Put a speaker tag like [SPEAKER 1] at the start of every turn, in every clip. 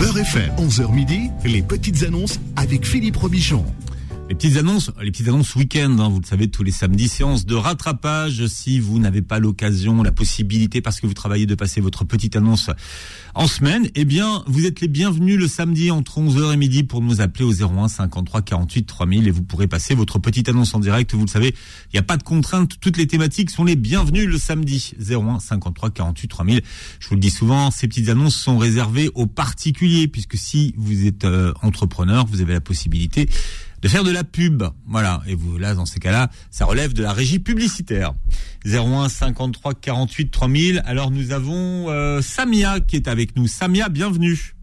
[SPEAKER 1] Beurre FM, 11h midi, les petites annonces avec Philippe Robichon.
[SPEAKER 2] Les petites annonces, les petites annonces week-end, hein, vous le savez, tous les samedis, séance de rattrapage. Si vous n'avez pas l'occasion, la possibilité, parce que vous travaillez, de passer votre petite annonce en semaine, eh bien, vous êtes les bienvenus le samedi entre 11h et midi pour nous appeler au 01 53 48 3000 et vous pourrez passer votre petite annonce en direct. Vous le savez, il n'y a pas de contrainte. Toutes les thématiques sont les bienvenues le samedi. 01 53 48 3000. Je vous le dis souvent, ces petites annonces sont réservées aux particuliers puisque si vous êtes euh, entrepreneur, vous avez la possibilité de faire de la pub. Voilà. Et vous, là, dans ces cas-là, ça relève de la régie publicitaire. 01 53 48 3000. Alors, nous avons euh, Samia qui est avec nous. Samia, bienvenue.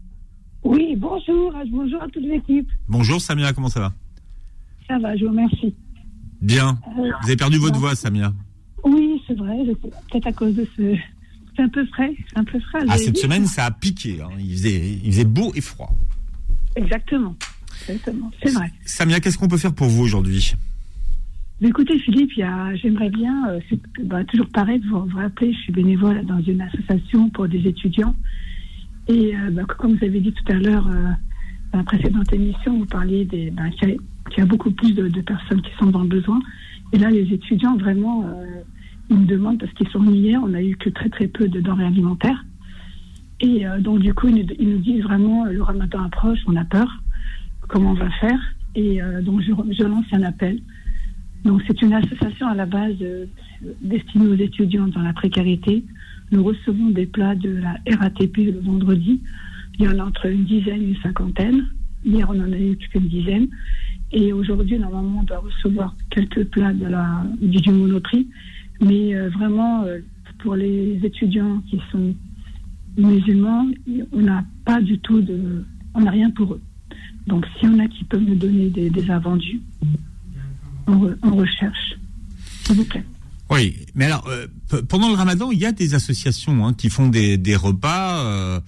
[SPEAKER 3] Oui, bonjour, ah, bonjour à toute l'équipe.
[SPEAKER 2] Bonjour Samia, comment ça va
[SPEAKER 3] Ça va, je vous remercie.
[SPEAKER 2] Bien.
[SPEAKER 3] Euh,
[SPEAKER 2] Vous avez perdu votre voix, Samia.
[SPEAKER 3] Oui, c'est vrai, je sais pas, peut-être à cause de ce. C'est un peu frais, c'est un peu frais.
[SPEAKER 2] Ah,
[SPEAKER 3] j'ai
[SPEAKER 2] cette
[SPEAKER 3] dit.
[SPEAKER 2] semaine, ça a piqué. hein. Il, faisait, il faisait beau et froid.
[SPEAKER 3] Exactement, exactement, c'est vrai.
[SPEAKER 2] Samia, qu'est-ce qu'on peut faire pour vous aujourd'hui
[SPEAKER 3] Mais écoutez, Philippe, il y a- j'aimerais bien, euh, c'est bah, toujours pareil, de vous, vous rappeler, je suis bénévole dans une association pour des étudiants. Et euh, bah, comme vous avez dit tout à l'heure, euh, dans la précédente émission, vous parliez des, bah, qu'il y, a- qu'il y a beaucoup plus de, de personnes qui sont dans le besoin. Et là, les étudiants, vraiment, euh, ils me demandent, parce qu'ils sont venus hier, on a eu que très très peu de denrées alimentaires. Et euh, donc, du coup, ils nous, ils nous disent vraiment, euh, le ramadan approche, on a peur, comment on va faire Et euh, donc, je, je lance un appel. Donc, c'est une association à la base euh, destinée aux étudiants dans la précarité. Nous recevons des plats de la RATP le vendredi. Il y en a entre une dizaine et une cinquantaine. Hier, on en a eu plus qu'une dizaine. Et aujourd'hui, normalement, on doit recevoir quelques plats de la, du, du Monoprix. Mais euh, vraiment, euh, pour les étudiants qui sont musulmans, on n'a pas du tout de. On n'a rien pour eux. Donc, s'il y en a qui peuvent nous donner des, des invendus, on, re- on recherche. S'il vous plaît.
[SPEAKER 2] Oui, mais alors, euh, pe- pendant le ramadan, il y a des associations hein, qui font des, des repas. euh,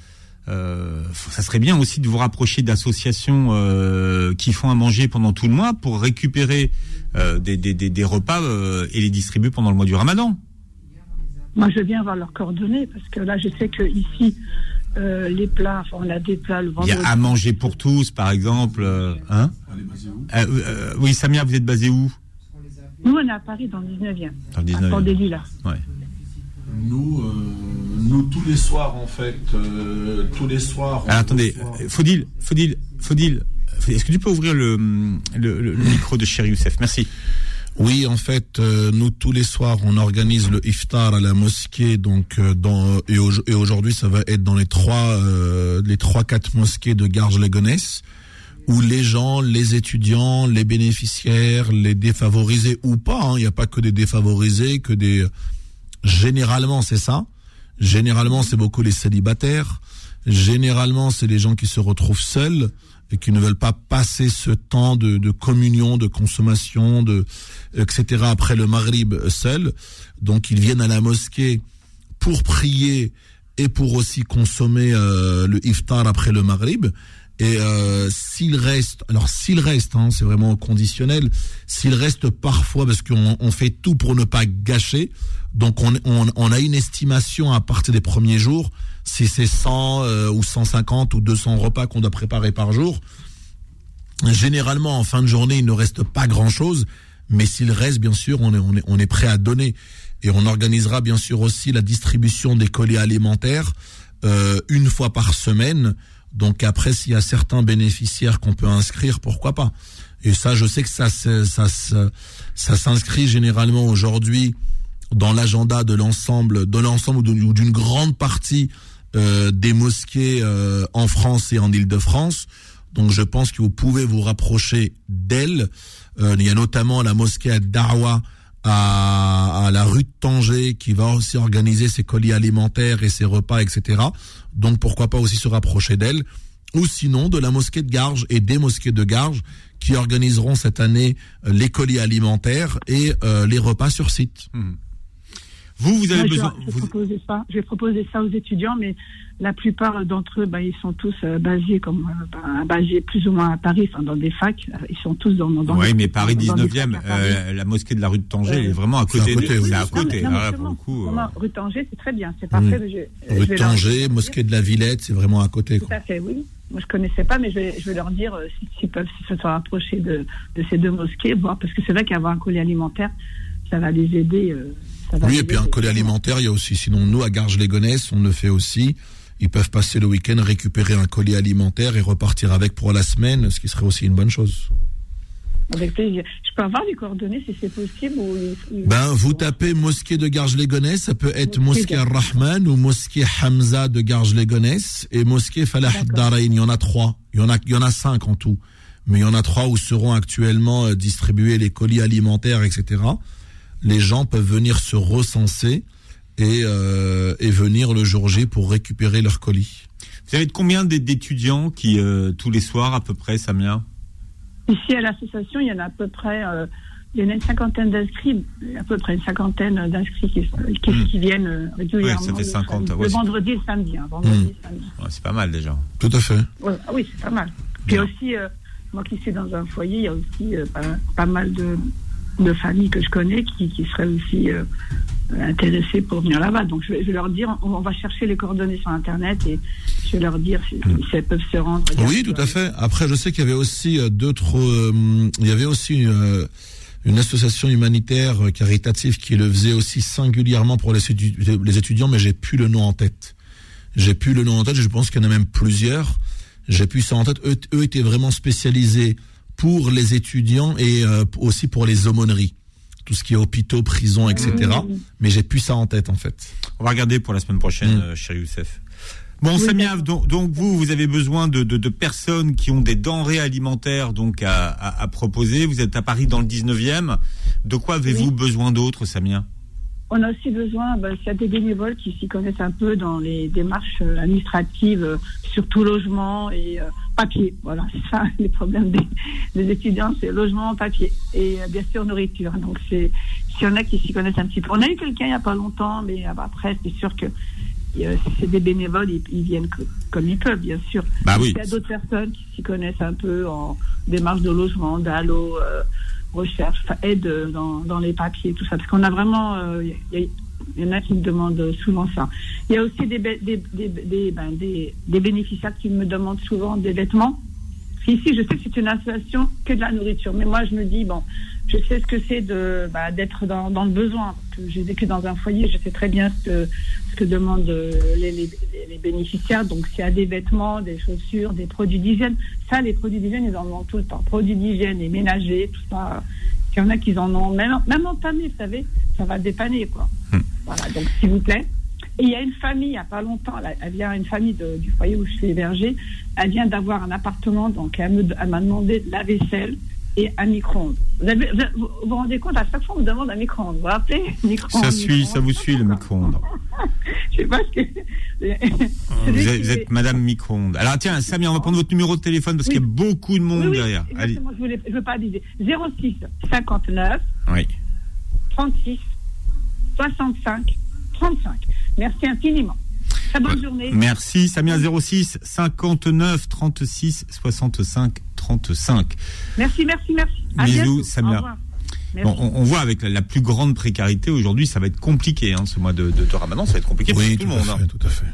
[SPEAKER 2] euh, faut- ça serait bien aussi de vous rapprocher d'associations euh, qui font à manger pendant tout le mois pour récupérer euh, des, des- des- des repas euh, et les distribuer pendant le mois du ramadan.
[SPEAKER 3] Moi, je viens avoir leurs coordonnées parce que là, je sais que ici, euh, les plats, enfin, on a des plats le
[SPEAKER 2] Il y
[SPEAKER 3] vendredi.
[SPEAKER 2] a à manger pour tous, par exemple. euh, hein Euh, euh, Oui, Samia, vous êtes basé où
[SPEAKER 3] Nous, on est à Paris dans le 19e,
[SPEAKER 2] Dans le
[SPEAKER 3] à
[SPEAKER 2] 19e.
[SPEAKER 3] Port-des-Lilas.
[SPEAKER 2] Ouais.
[SPEAKER 4] Nous, euh, nous tous les soirs en fait, euh, tous les soirs.
[SPEAKER 5] Ah,
[SPEAKER 4] on
[SPEAKER 2] Alors attendez,
[SPEAKER 4] reçoit-
[SPEAKER 2] euh, Faudil, Faudil, Faudil, Faudil, est-ce que tu peux ouvrir le, le- le- le micro de Chéri Youssef Merci.
[SPEAKER 5] Oui, en fait, euh, nous tous les soirs, on organise le iftar à la mosquée, donc euh, dans et, au- et aujourd'hui, ça va être dans les trois, euh, les trois quatre mosquées de Garges-les-Gonesse, où les gens, les étudiants, les bénéficiaires, les défavorisés ou pas, hein, il n'y a pas que des défavorisés, que des généralement c'est ça. Généralement, c'est beaucoup les célibataires. Généralement, c'est les gens qui se retrouvent seuls et qui ne veulent pas passer ce temps de, de communion, de consommation, de etc. après le Maghrib euh, seul. Donc, ils viennent à la mosquée pour prier et pour aussi consommer euh, le iftar après le Maghrib. Et euh, s'il reste, alors s'il reste, hein, c'est vraiment conditionnel, s'il reste parfois, parce qu'on on fait tout pour ne pas gâcher, donc on, on, on a une estimation à partir des premiers jours, si c'est 100 euh, ou 150 ou 200 repas qu'on doit préparer par jour, généralement en fin de journée il ne reste pas grand chose mais s'il reste bien sûr on est, on est, on est prêt à donner et on organisera bien sûr aussi la distribution des colis alimentaires euh, une fois par semaine donc après s'il y a certains bénéficiaires qu'on peut inscrire pourquoi pas et ça je sais que ça se- ça se- ça s'inscrit généralement aujourd'hui dans l'agenda de l'ensemble de l'ensemble ou d'une- ou d'une grande partie euh, des mosquées euh, en France et en Île-de-France. Donc je pense que vous pouvez vous rapprocher d'elle. Euh, il y a notamment la mosquée à Darwa à, à la rue de Tanger qui va aussi organiser ses colis alimentaires et ses repas, etc. Donc pourquoi pas aussi se rapprocher d'elle. Ou sinon de la mosquée de Garges et des mosquées de Garges qui organiseront cette année euh, les colis alimentaires et euh, les repas sur site.
[SPEAKER 2] Vous, vous avez
[SPEAKER 3] Moi, je-
[SPEAKER 2] besoin.
[SPEAKER 3] je, vais
[SPEAKER 2] vous-
[SPEAKER 3] proposer ça, je vais proposer ça aux étudiants, mais la plupart d'entre eux, bah, ils sont tous euh, basés, comme, euh, bah, basés plus ou moins à Paris, enfin, dans des facs. Euh, Ils sont tous dans. dans
[SPEAKER 2] Oui,
[SPEAKER 3] des-
[SPEAKER 2] mais Paris
[SPEAKER 3] dans des facs à
[SPEAKER 2] 19e,
[SPEAKER 3] Paris.
[SPEAKER 2] euh, la mosquée de la rue de Tanger,
[SPEAKER 3] Euh,
[SPEAKER 2] elle est vraiment à
[SPEAKER 5] c'est à
[SPEAKER 2] côté.
[SPEAKER 5] côté,
[SPEAKER 2] de-
[SPEAKER 5] oui.
[SPEAKER 2] C'est à
[SPEAKER 3] Non, mais-
[SPEAKER 2] côté.
[SPEAKER 3] non, mais
[SPEAKER 2] Ah, là, pour
[SPEAKER 3] justement,
[SPEAKER 2] le coup. euh,
[SPEAKER 3] justement, Rue de Tanger, c'est très bien, c'est
[SPEAKER 5] Mm.
[SPEAKER 2] Hmm.
[SPEAKER 3] parfait. je- je
[SPEAKER 5] Rue
[SPEAKER 3] vais
[SPEAKER 5] de
[SPEAKER 3] leur-
[SPEAKER 5] Tanger, mosquée de la Villette, c'est vraiment à côté.
[SPEAKER 3] Tout
[SPEAKER 5] Quoi.
[SPEAKER 3] à fait, oui. Moi, je connaissais pas, mais je vais, je vais leur dire euh, si- s'ils peuvent se sont rapprochés de, de ces deux mosquées, voir, parce que c'est vrai qu'avoir un collier alimentaire, ça va les aider. euh, ça va
[SPEAKER 5] Oui,
[SPEAKER 3] les
[SPEAKER 5] et puis un
[SPEAKER 3] aider.
[SPEAKER 5] collier alimentaire, il y a aussi. Sinon, nous, à Garges-les-Gonesses, on le fait aussi. Ils peuvent passer le week-end, récupérer un collier alimentaire et repartir avec pour la semaine, ce qui serait aussi une bonne chose.
[SPEAKER 3] Avec plaisir. Je peux avoir les coordonnées si c'est possible ou, ou-
[SPEAKER 5] Ben, vous tapez mosquée de Garges-les-Gonesses, ça peut être mosquée Rahman ou mosquée Hamza de Garges-les-Gonesses et mosquée Falah
[SPEAKER 3] D'accord.
[SPEAKER 5] Darain. Il y en a trois. Il y en a, il y en a cinq en tout. Mais il y en a trois où seront actuellement euh, distribués les colis alimentaires, etc. Les gens peuvent venir se recenser et, euh, et venir le jour J pour récupérer leurs colis.
[SPEAKER 2] Vous savez de combien d'é- d'étudiants qui, euh, tous les soirs à peu près, Samia
[SPEAKER 3] Ici, à l'association, il y en a à peu près, euh, il y en a une cinquantaine d'inscrits, à peu près une cinquantaine d'inscrits qui, qui,
[SPEAKER 5] Hmm.
[SPEAKER 2] Mm.
[SPEAKER 3] qui viennent euh, régulièrement.
[SPEAKER 2] Ouais, ça fait
[SPEAKER 3] le
[SPEAKER 2] 50,
[SPEAKER 3] samedi-
[SPEAKER 2] ouais,
[SPEAKER 3] le
[SPEAKER 2] c'est-
[SPEAKER 3] vendredi et le samedi.
[SPEAKER 5] Hmm.
[SPEAKER 3] hein, vendredi et samedi.
[SPEAKER 2] Ouais, C'est pas mal déjà.
[SPEAKER 5] Tout à fait.
[SPEAKER 3] Ouais, ah oui, c'est pas mal. Puis
[SPEAKER 2] Bien.
[SPEAKER 3] aussi, euh, moi qui suis dans un foyer, il y a aussi euh, pas, pas mal de, de familles que je connais qui, qui seraient aussi euh, intéressées pour venir là-bas. Donc je vais, je vais leur dire, on, on va chercher les coordonnées sur Internet et je vais leur dire si, si elles peuvent se rendre.
[SPEAKER 5] Mm. Oui, tout à fait. Après, je sais qu'il y avait aussi euh, d'autres. euh, il y avait aussi euh, une association humanitaire euh, caritative qui le faisait aussi singulièrement pour les, étu- les étudiants, mais j'ai plus le nom en tête. J'ai plus le nom en tête. Je pense qu'il y en a même plusieurs. J'ai plus ça en tête. Eux, eux étaient vraiment spécialisés pour les étudiants et euh, aussi pour les aumôneries, tout ce qui est hôpitaux, prisons, etc. Mais j'ai plus ça en tête en fait.
[SPEAKER 2] On va regarder pour la semaine prochaine,
[SPEAKER 5] Mm.
[SPEAKER 2] euh, cher Youssef. Bon, Samia, donc, donc vous, vous avez besoin de, de, de personnes qui ont des denrées alimentaires donc à, à, à proposer. Vous êtes à Paris dans le 19e. De quoi avez-vous besoin d'autre, Samia
[SPEAKER 3] On a aussi besoin, ben, s'il y a des bénévoles qui s'y connaissent un peu dans les démarches euh, administratives, euh, surtout logement et euh, papier. Voilà, c'est ça les problèmes des, des étudiants, c'est logement, papier et euh, bien sûr nourriture. Donc c'est s'il y en a qui s'y connaissent un petit peu. On a eu quelqu'un il n'y a pas longtemps, mais euh, après c'est sûr que euh, si c'est des bénévoles, ils, ils viennent co- comme ils peuvent, bien sûr.
[SPEAKER 2] Bah oui.
[SPEAKER 3] Il y a d'autres personnes qui s'y connaissent un peu en démarche de logement, d'allô, euh, recherche, enfin, aide euh, dans, dans les papiers, tout ça. Parce qu'on a vraiment. euh, Il y, a- il y en a qui me demandent souvent ça. Il y a aussi des, bé- des, des, des, ben, des- des bénéficiaires qui me demandent souvent des vêtements. Ici, je sais que c'est une association que de la nourriture. Mais moi, je me dis, bon, je sais ce que c'est de bah, d'être dans, dans le besoin. Parce que J'ai vécu dans un foyer, je sais très bien ce que, ce que demandent euh, les, les- les bénéficiaires. Donc, s'il y a des vêtements, des chaussures, des produits d'hygiène, ça, les produits d'hygiène, ils en ont tout le temps. Produits d'hygiène et ménagers, tout ça. Il y en a qui en ont, même, même entamé, vous savez, ça va dépanner, quoi. Voilà, donc s'il vous plaît. Et il y a une famille, il n'y a pas longtemps, elle, elle vient, une famille de- du foyer où je suis hébergée, elle vient d'avoir un appartement, donc elle me- elle m'a demandé de la vaisselle et un micro-ondes. Vous, avez- vous- vous vous rendez compte, à chaque fois on me demande un micro-ondes. Vous vous rappelez Micro-ondes,
[SPEAKER 2] Ça suit,
[SPEAKER 3] micro-ondes.
[SPEAKER 2] ça vous suit le micro-ondes.
[SPEAKER 3] Je sais pas ce que.
[SPEAKER 2] Vous
[SPEAKER 3] Celui
[SPEAKER 2] êtes,
[SPEAKER 3] qui
[SPEAKER 2] vous êtes
[SPEAKER 3] est-
[SPEAKER 2] Madame Micro-ondes. Alors tiens, Samia, on va prendre votre numéro de téléphone parce
[SPEAKER 3] Oui.
[SPEAKER 2] qu'il y a beaucoup de monde
[SPEAKER 3] Oui, oui,
[SPEAKER 2] derrière.
[SPEAKER 3] exactement,
[SPEAKER 2] Allez.
[SPEAKER 3] Je voulais- je veux pas abuser. 06 59
[SPEAKER 2] Oui.
[SPEAKER 3] 36 65 35. Merci infiniment. Très bonne journée.
[SPEAKER 2] Euh, Merci, Samia 06 59 36 65 35.
[SPEAKER 3] Merci, merci, merci. À
[SPEAKER 2] Bisous,
[SPEAKER 3] bientôt.
[SPEAKER 2] Samia.
[SPEAKER 3] Au revoir. Merci.
[SPEAKER 2] Bon, on, on voit avec la, la plus grande précarité aujourd'hui, ça va être compliqué hein, ce mois de, de, de Ramadan, ça va être compliqué pour tout, le
[SPEAKER 5] à
[SPEAKER 2] monde.
[SPEAKER 5] fait,
[SPEAKER 2] hein.
[SPEAKER 5] tout à fait.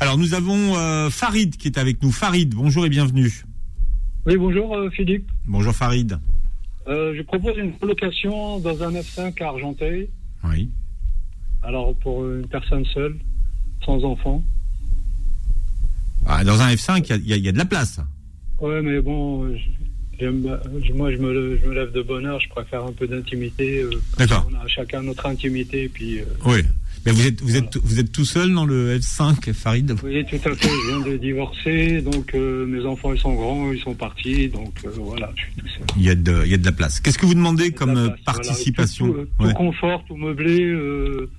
[SPEAKER 2] Alors nous avons euh, Farid qui est avec nous. Farid, bonjour et bienvenue.
[SPEAKER 6] Oui, bonjour euh, Philippe.
[SPEAKER 2] Bonjour Farid.
[SPEAKER 6] Euh, je propose une colocation dans un 9-5 à Argenteuil.
[SPEAKER 2] Oui.
[SPEAKER 6] Alors pour une personne seule, sans enfant.
[SPEAKER 2] Ah, dans un F5, il y a- il y, a- il y a de la place.
[SPEAKER 6] Ouais, mais bon, euh, j'aime, euh, moi je me, le- je me lève de bonne heure, je préfère un peu d'intimité. euh,
[SPEAKER 2] D'accord.
[SPEAKER 6] on a chacun notre intimité. Et puis, euh,
[SPEAKER 2] Oui. Mais vous êtes, vous êtes, vous êtes tout seul dans le F5, Farid.
[SPEAKER 6] oui, tout à fait, je viens de divorcer, donc euh, mes enfants ils sont grands, ils sont partis, donc euh, voilà, je suis tout seul.
[SPEAKER 2] Il y a de, il y a de la place. Qu'est-ce que vous demandez comme
[SPEAKER 6] La
[SPEAKER 2] euh,
[SPEAKER 6] place, voilà,
[SPEAKER 2] participation
[SPEAKER 6] tout, tout, euh, tout
[SPEAKER 2] Ouais.
[SPEAKER 6] confort, tout meublé. euh,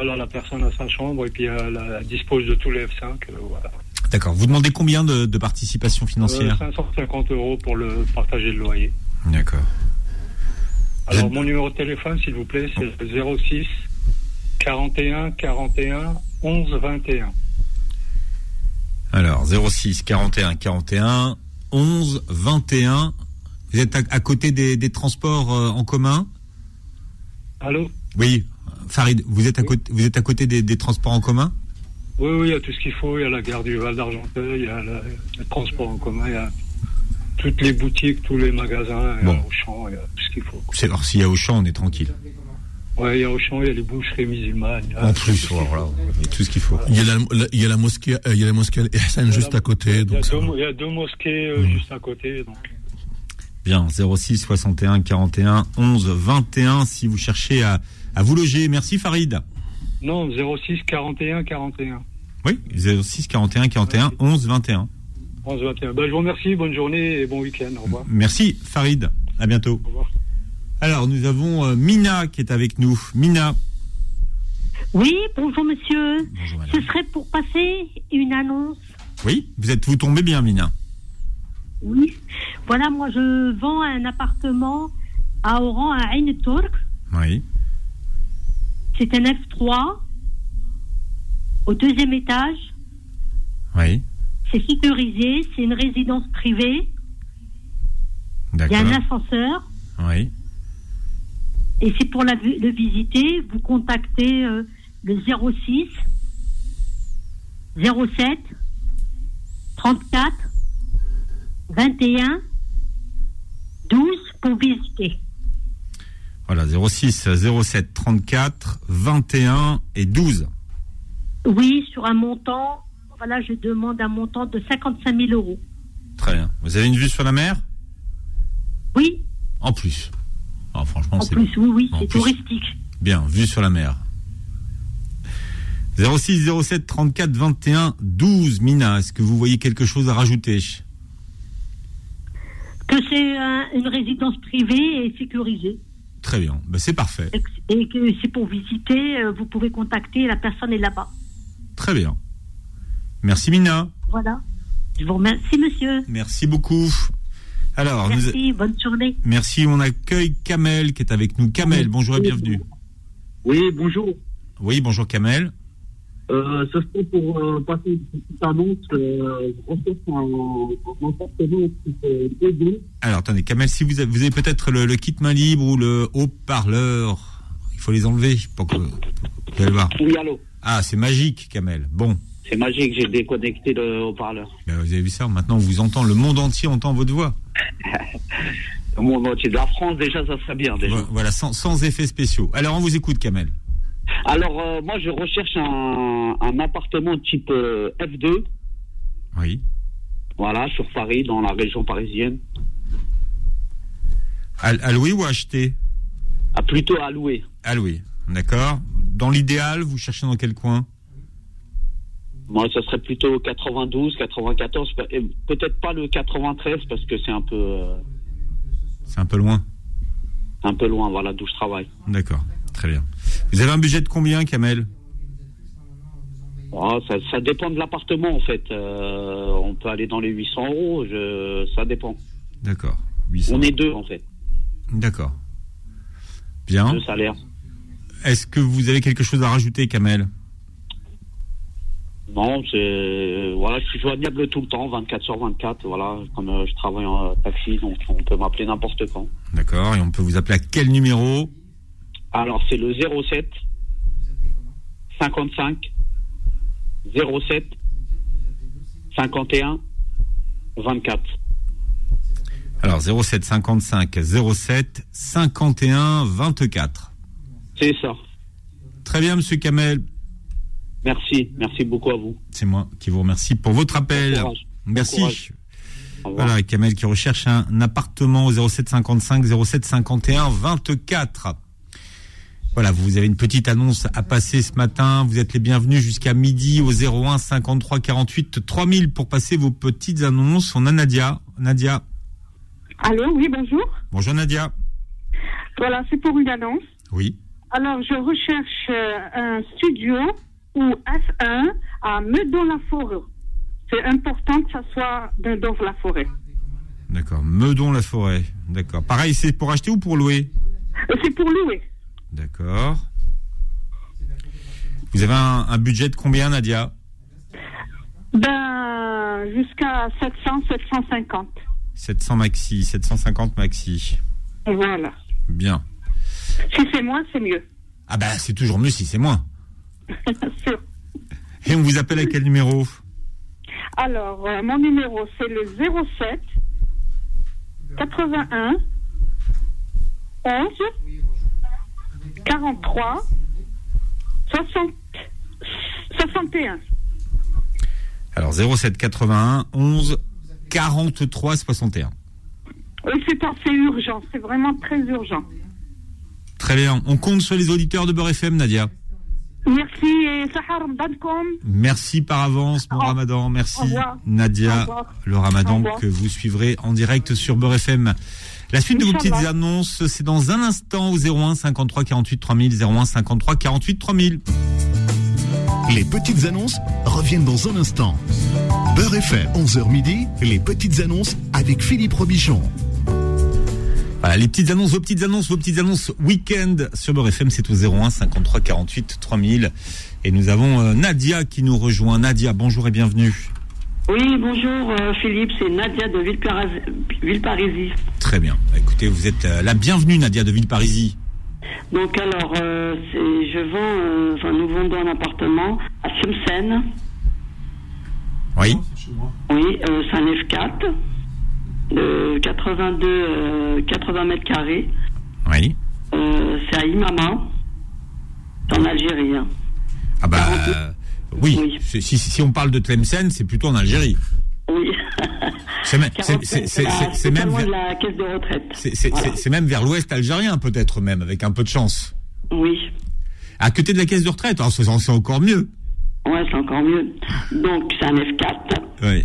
[SPEAKER 6] alors la personne a sa chambre et puis elle, elle dispose de tous les F5. euh, voilà.
[SPEAKER 2] D'accord. Vous demandez combien de, de participation
[SPEAKER 6] Euh,
[SPEAKER 2] financière
[SPEAKER 6] 550 euros pour le partager le loyer.
[SPEAKER 2] D'accord.
[SPEAKER 6] Alors
[SPEAKER 2] Je-
[SPEAKER 6] mon numéro de téléphone, s'il vous plaît, c'est le 06 41 41 11 21.
[SPEAKER 2] Alors 06 41 41 11 21. Vous êtes à, à côté des, des transports euh, en commun
[SPEAKER 6] Allô
[SPEAKER 2] Oui, Farid, vous êtes à
[SPEAKER 6] Oui.
[SPEAKER 2] côté, vous êtes à côté des, des transports en commun
[SPEAKER 6] Oui, oui, il y a tout ce qu'il faut. Il y a la gare du Val d'Argenteuil, il y a la- le transport en commun, il y a toutes les boutiques, tous les magasins, il y
[SPEAKER 2] Bon.
[SPEAKER 6] a Auchan, il y a tout ce qu'il faut.
[SPEAKER 2] C'est- Alors s'il y a Auchan, on est tranquille.
[SPEAKER 6] Ouais, il y a Auchan, il y a les boucheries musulmanes. il y a-
[SPEAKER 2] En plus, voilà, il y a tout ce qu'il faut.
[SPEAKER 5] Il y a la, la- il y a la mosquée, euh, il y a la mosquée Al-Ihsan juste à côté.
[SPEAKER 6] Il y a
[SPEAKER 5] Donc ça
[SPEAKER 6] deux,
[SPEAKER 5] va. Mmh.
[SPEAKER 6] mo- il y a deux mosquées euh, juste à côté. Donc.
[SPEAKER 2] Bien, 06 61 41 11 21 si vous cherchez à, à vous loger. Merci Farid.
[SPEAKER 6] Non, 06 41 41.
[SPEAKER 2] Oui, 06 41 41 11 21.
[SPEAKER 6] 11 21. Bah, je vous remercie, bonne journée et bon week-end. Au revoir.
[SPEAKER 2] Merci Farid. À bientôt.
[SPEAKER 6] Au revoir.
[SPEAKER 2] Alors nous avons euh, Mina qui est avec nous. Mina.
[SPEAKER 7] Oui, bonjour monsieur.
[SPEAKER 2] Bonjour
[SPEAKER 7] Ce serait pour passer une annonce.
[SPEAKER 2] Oui, vous êtes vous tombez bien Mina.
[SPEAKER 7] Oui. Voilà, moi je vends un appartement à Oran, à Ain Turk.
[SPEAKER 2] Oui.
[SPEAKER 7] C'est un F3 au deuxième étage.
[SPEAKER 2] Oui.
[SPEAKER 7] C'est sécurisé, c'est une résidence privée. Il y a
[SPEAKER 2] D'accord.
[SPEAKER 7] un ascenseur
[SPEAKER 2] Oui.
[SPEAKER 7] et c'est pour la, vi- le visiter. Vous contactez euh, le 06 07 34 21 12 pour visiter.
[SPEAKER 2] Voilà, 06 07 34 21 et 12.
[SPEAKER 7] Oui, sur un montant, voilà, je demande un montant de 55 000 euros.
[SPEAKER 2] Très bien. Vous avez une vue sur la mer
[SPEAKER 7] Oui,
[SPEAKER 2] En plus. Ah, franchement,
[SPEAKER 7] en
[SPEAKER 2] c'est
[SPEAKER 7] plus, oui, oui,
[SPEAKER 2] En
[SPEAKER 7] c'est
[SPEAKER 2] plus.
[SPEAKER 7] touristique.
[SPEAKER 2] Bien, vue sur la mer. 06 07 34 21 12 Mina, est-ce que vous voyez quelque chose à rajouter
[SPEAKER 7] Que c'est un- une résidence privée et sécurisée.
[SPEAKER 2] Très bien, Ben, c'est parfait.
[SPEAKER 7] Et que- Et que c'est pour visiter, euh, vous pouvez contacter, la personne est là-bas.
[SPEAKER 2] Très bien. Merci Mina.
[SPEAKER 7] Voilà. Je vous remercie, monsieur.
[SPEAKER 2] Merci beaucoup. Alors, nous-
[SPEAKER 7] Merci, bonne journée.
[SPEAKER 2] merci, on accueille Kamel qui est avec nous. Kamel, bonjour et bienvenue.
[SPEAKER 8] Oui, bonjour.
[SPEAKER 2] Oui, bonjour Kamel.
[SPEAKER 8] Euh, ce serait pour euh, passer une petite annonce. Euh, je recherche un, un appartement qui fait deux deux.
[SPEAKER 2] Alors, attendez, Kamel, si vous avez, vous avez peut-être le, le kit main libre ou le haut-parleur, il faut les enlever pour que... Vous allez voir.
[SPEAKER 8] Oui, allô.
[SPEAKER 2] Ah, c'est magique, Kamel. Bon.
[SPEAKER 8] C'est magique, j'ai déconnecté le haut-parleur.
[SPEAKER 2] Ben, vous avez vu ça Maintenant, on vous entend, le monde entier entend votre voix.
[SPEAKER 8] Mon moitié de la France, déjà, ça serait bien. Déjà.
[SPEAKER 2] Vo- Voilà, sans, sans effets spéciaux. Alors, on vous écoute, Kamel.
[SPEAKER 8] Alors, euh, moi, je recherche un, un appartement type euh, F2,
[SPEAKER 2] Oui.
[SPEAKER 8] voilà, sur Paris, dans la région parisienne,
[SPEAKER 2] À, à louer ou à acheter
[SPEAKER 8] à plutôt à louer.
[SPEAKER 2] À louer. D'accord. Dans l'idéal, vous cherchez dans quel coin
[SPEAKER 8] Moi, ce serait plutôt 92, 94, pe- et peut-être pas le 93 parce que c'est un peu euh,
[SPEAKER 2] C'est un peu loin.
[SPEAKER 8] un peu loin, voilà, d'où je travaille.
[SPEAKER 2] D'accord. Très bien. Vous avez un budget de combien, Kamel
[SPEAKER 8] Ah, ça, ça dépend de l'appartement en fait. Euh, on peut aller dans les 800 euros, je, ça dépend.
[SPEAKER 2] D'accord. 800.
[SPEAKER 8] On est deux en fait,
[SPEAKER 2] D'accord. Bien.
[SPEAKER 8] deux salaires.
[SPEAKER 2] Est-ce que vous avez quelque chose à rajouter, Kamel
[SPEAKER 8] Non, c'est voilà, je suis joignable tout le temps, 24 sur 24, voilà, comme euh, je travaille en euh, taxi, donc on peut m'appeler n'importe quand.
[SPEAKER 2] D'accord. Et on peut vous appeler à quel numéro
[SPEAKER 8] Alors c'est le 07 55 07 51 24.
[SPEAKER 2] Alors, 07 55 07 51 24.
[SPEAKER 8] C'est ça.
[SPEAKER 2] Très bien, monsieur Kamel.
[SPEAKER 8] Merci, merci beaucoup à vous.
[SPEAKER 2] C'est moi qui vous remercie pour votre appel.
[SPEAKER 8] Bon courage. Bon
[SPEAKER 2] Merci.
[SPEAKER 8] courage. Au revoir.
[SPEAKER 2] Voilà, Kamel qui recherche un appartement au 07 55 07 51 24. Voilà, vous avez une petite annonce à passer ce matin. Vous êtes les bienvenus jusqu'à midi au 01 53 48 3000 pour passer vos petites annonces. On a Nadia. Nadia.
[SPEAKER 9] Allô, oui, bonjour.
[SPEAKER 2] Bonjour Nadia.
[SPEAKER 9] Voilà, c'est pour une annonce.
[SPEAKER 2] Oui.
[SPEAKER 9] Alors, je recherche euh, un studio ou F1 à Meudon-la-Forêt. C'est important que ça soit Meudon-la-Forêt.
[SPEAKER 2] D'accord. Meudon-la-Forêt. D'accord. Pareil, c'est pour acheter ou pour louer
[SPEAKER 9] Euh, C'est pour louer.
[SPEAKER 2] D'accord. Vous avez un, un budget de combien, Nadia
[SPEAKER 9] Ben, jusqu'à 700, 750.
[SPEAKER 2] 700 maxi, 750 maxi.
[SPEAKER 9] Voilà.
[SPEAKER 2] Bien.
[SPEAKER 9] Si c'est moi, c'est mieux.
[SPEAKER 2] Ah bah c'est toujours mieux si c'est moins.
[SPEAKER 9] Sûr.
[SPEAKER 2] Et on vous appelle à quel numéro
[SPEAKER 9] Alors, euh, mon numéro, c'est le 07 81 11 43 60 61.
[SPEAKER 2] Alors 07 81 11 43 61.
[SPEAKER 9] Oui, c'est assez urgent, c'est vraiment très urgent.
[SPEAKER 2] Très bien. On compte sur les auditeurs de Beurre FM, Nadia.
[SPEAKER 9] Merci et Sahar Badkom.
[SPEAKER 2] Merci par avance, mon ramadan. Merci,
[SPEAKER 9] Au revoir. Au
[SPEAKER 2] Nadia,
[SPEAKER 9] revoir.
[SPEAKER 2] le
[SPEAKER 9] Au
[SPEAKER 2] ramadan
[SPEAKER 9] revoir.
[SPEAKER 2] que vous suivrez en direct sur Beurre FM. La suite de vos
[SPEAKER 9] Inch'Allah.
[SPEAKER 2] petites annonces, c'est dans un instant au 01 53 48 3000, 01 53 48 3000.
[SPEAKER 1] Les petites annonces reviennent dans un instant. Beurre FM, 11h midi, les petites annonces avec Philippe Robichon.
[SPEAKER 2] Voilà, les petites annonces, vos petites annonces, vos petites annonces week-end sur Beurre FM, c'est au 01 53 48 3000. Et nous avons euh, Nadia qui nous rejoint. Nadia, bonjour et bienvenue.
[SPEAKER 10] Oui, bonjour euh, Philippe, c'est Nadia de Villeparisis. Villeparisis.
[SPEAKER 2] Très bien. Bah, Écoutez, vous êtes euh, la bienvenue, Nadia de Villeparisis.
[SPEAKER 10] Donc alors, euh, c'est- je vends, euh, enfin nous vendons un appartement à Sumsen.
[SPEAKER 2] Oui.
[SPEAKER 10] Oui, euh, c'est un F4 de 82, euh, 80 mètres carrés.
[SPEAKER 2] Oui.
[SPEAKER 10] Euh, c'est à Imama, en Algérie. hein.
[SPEAKER 2] Ah bah euh, oui. Si, si- si on parle de Tlemcen, c'est plutôt en Algérie.
[SPEAKER 10] Oui.
[SPEAKER 2] C'est même, euh, c'est-
[SPEAKER 10] 40,
[SPEAKER 2] c'est- c'est-
[SPEAKER 10] bah,
[SPEAKER 2] c'est- c'est
[SPEAKER 10] pas
[SPEAKER 2] même
[SPEAKER 10] loin de
[SPEAKER 2] vers,
[SPEAKER 10] la caisse de retraite.
[SPEAKER 2] c'est- c'est-
[SPEAKER 10] Voilà.
[SPEAKER 2] c'est- c'est même vers l'Ouest algérien peut-être même, avec un peu de chance.
[SPEAKER 10] Oui.
[SPEAKER 2] À côté de la caisse de retraite, alors c'est c'est encore mieux.
[SPEAKER 10] Ouais, c'est encore mieux. Donc c'est un F4.
[SPEAKER 2] Oui.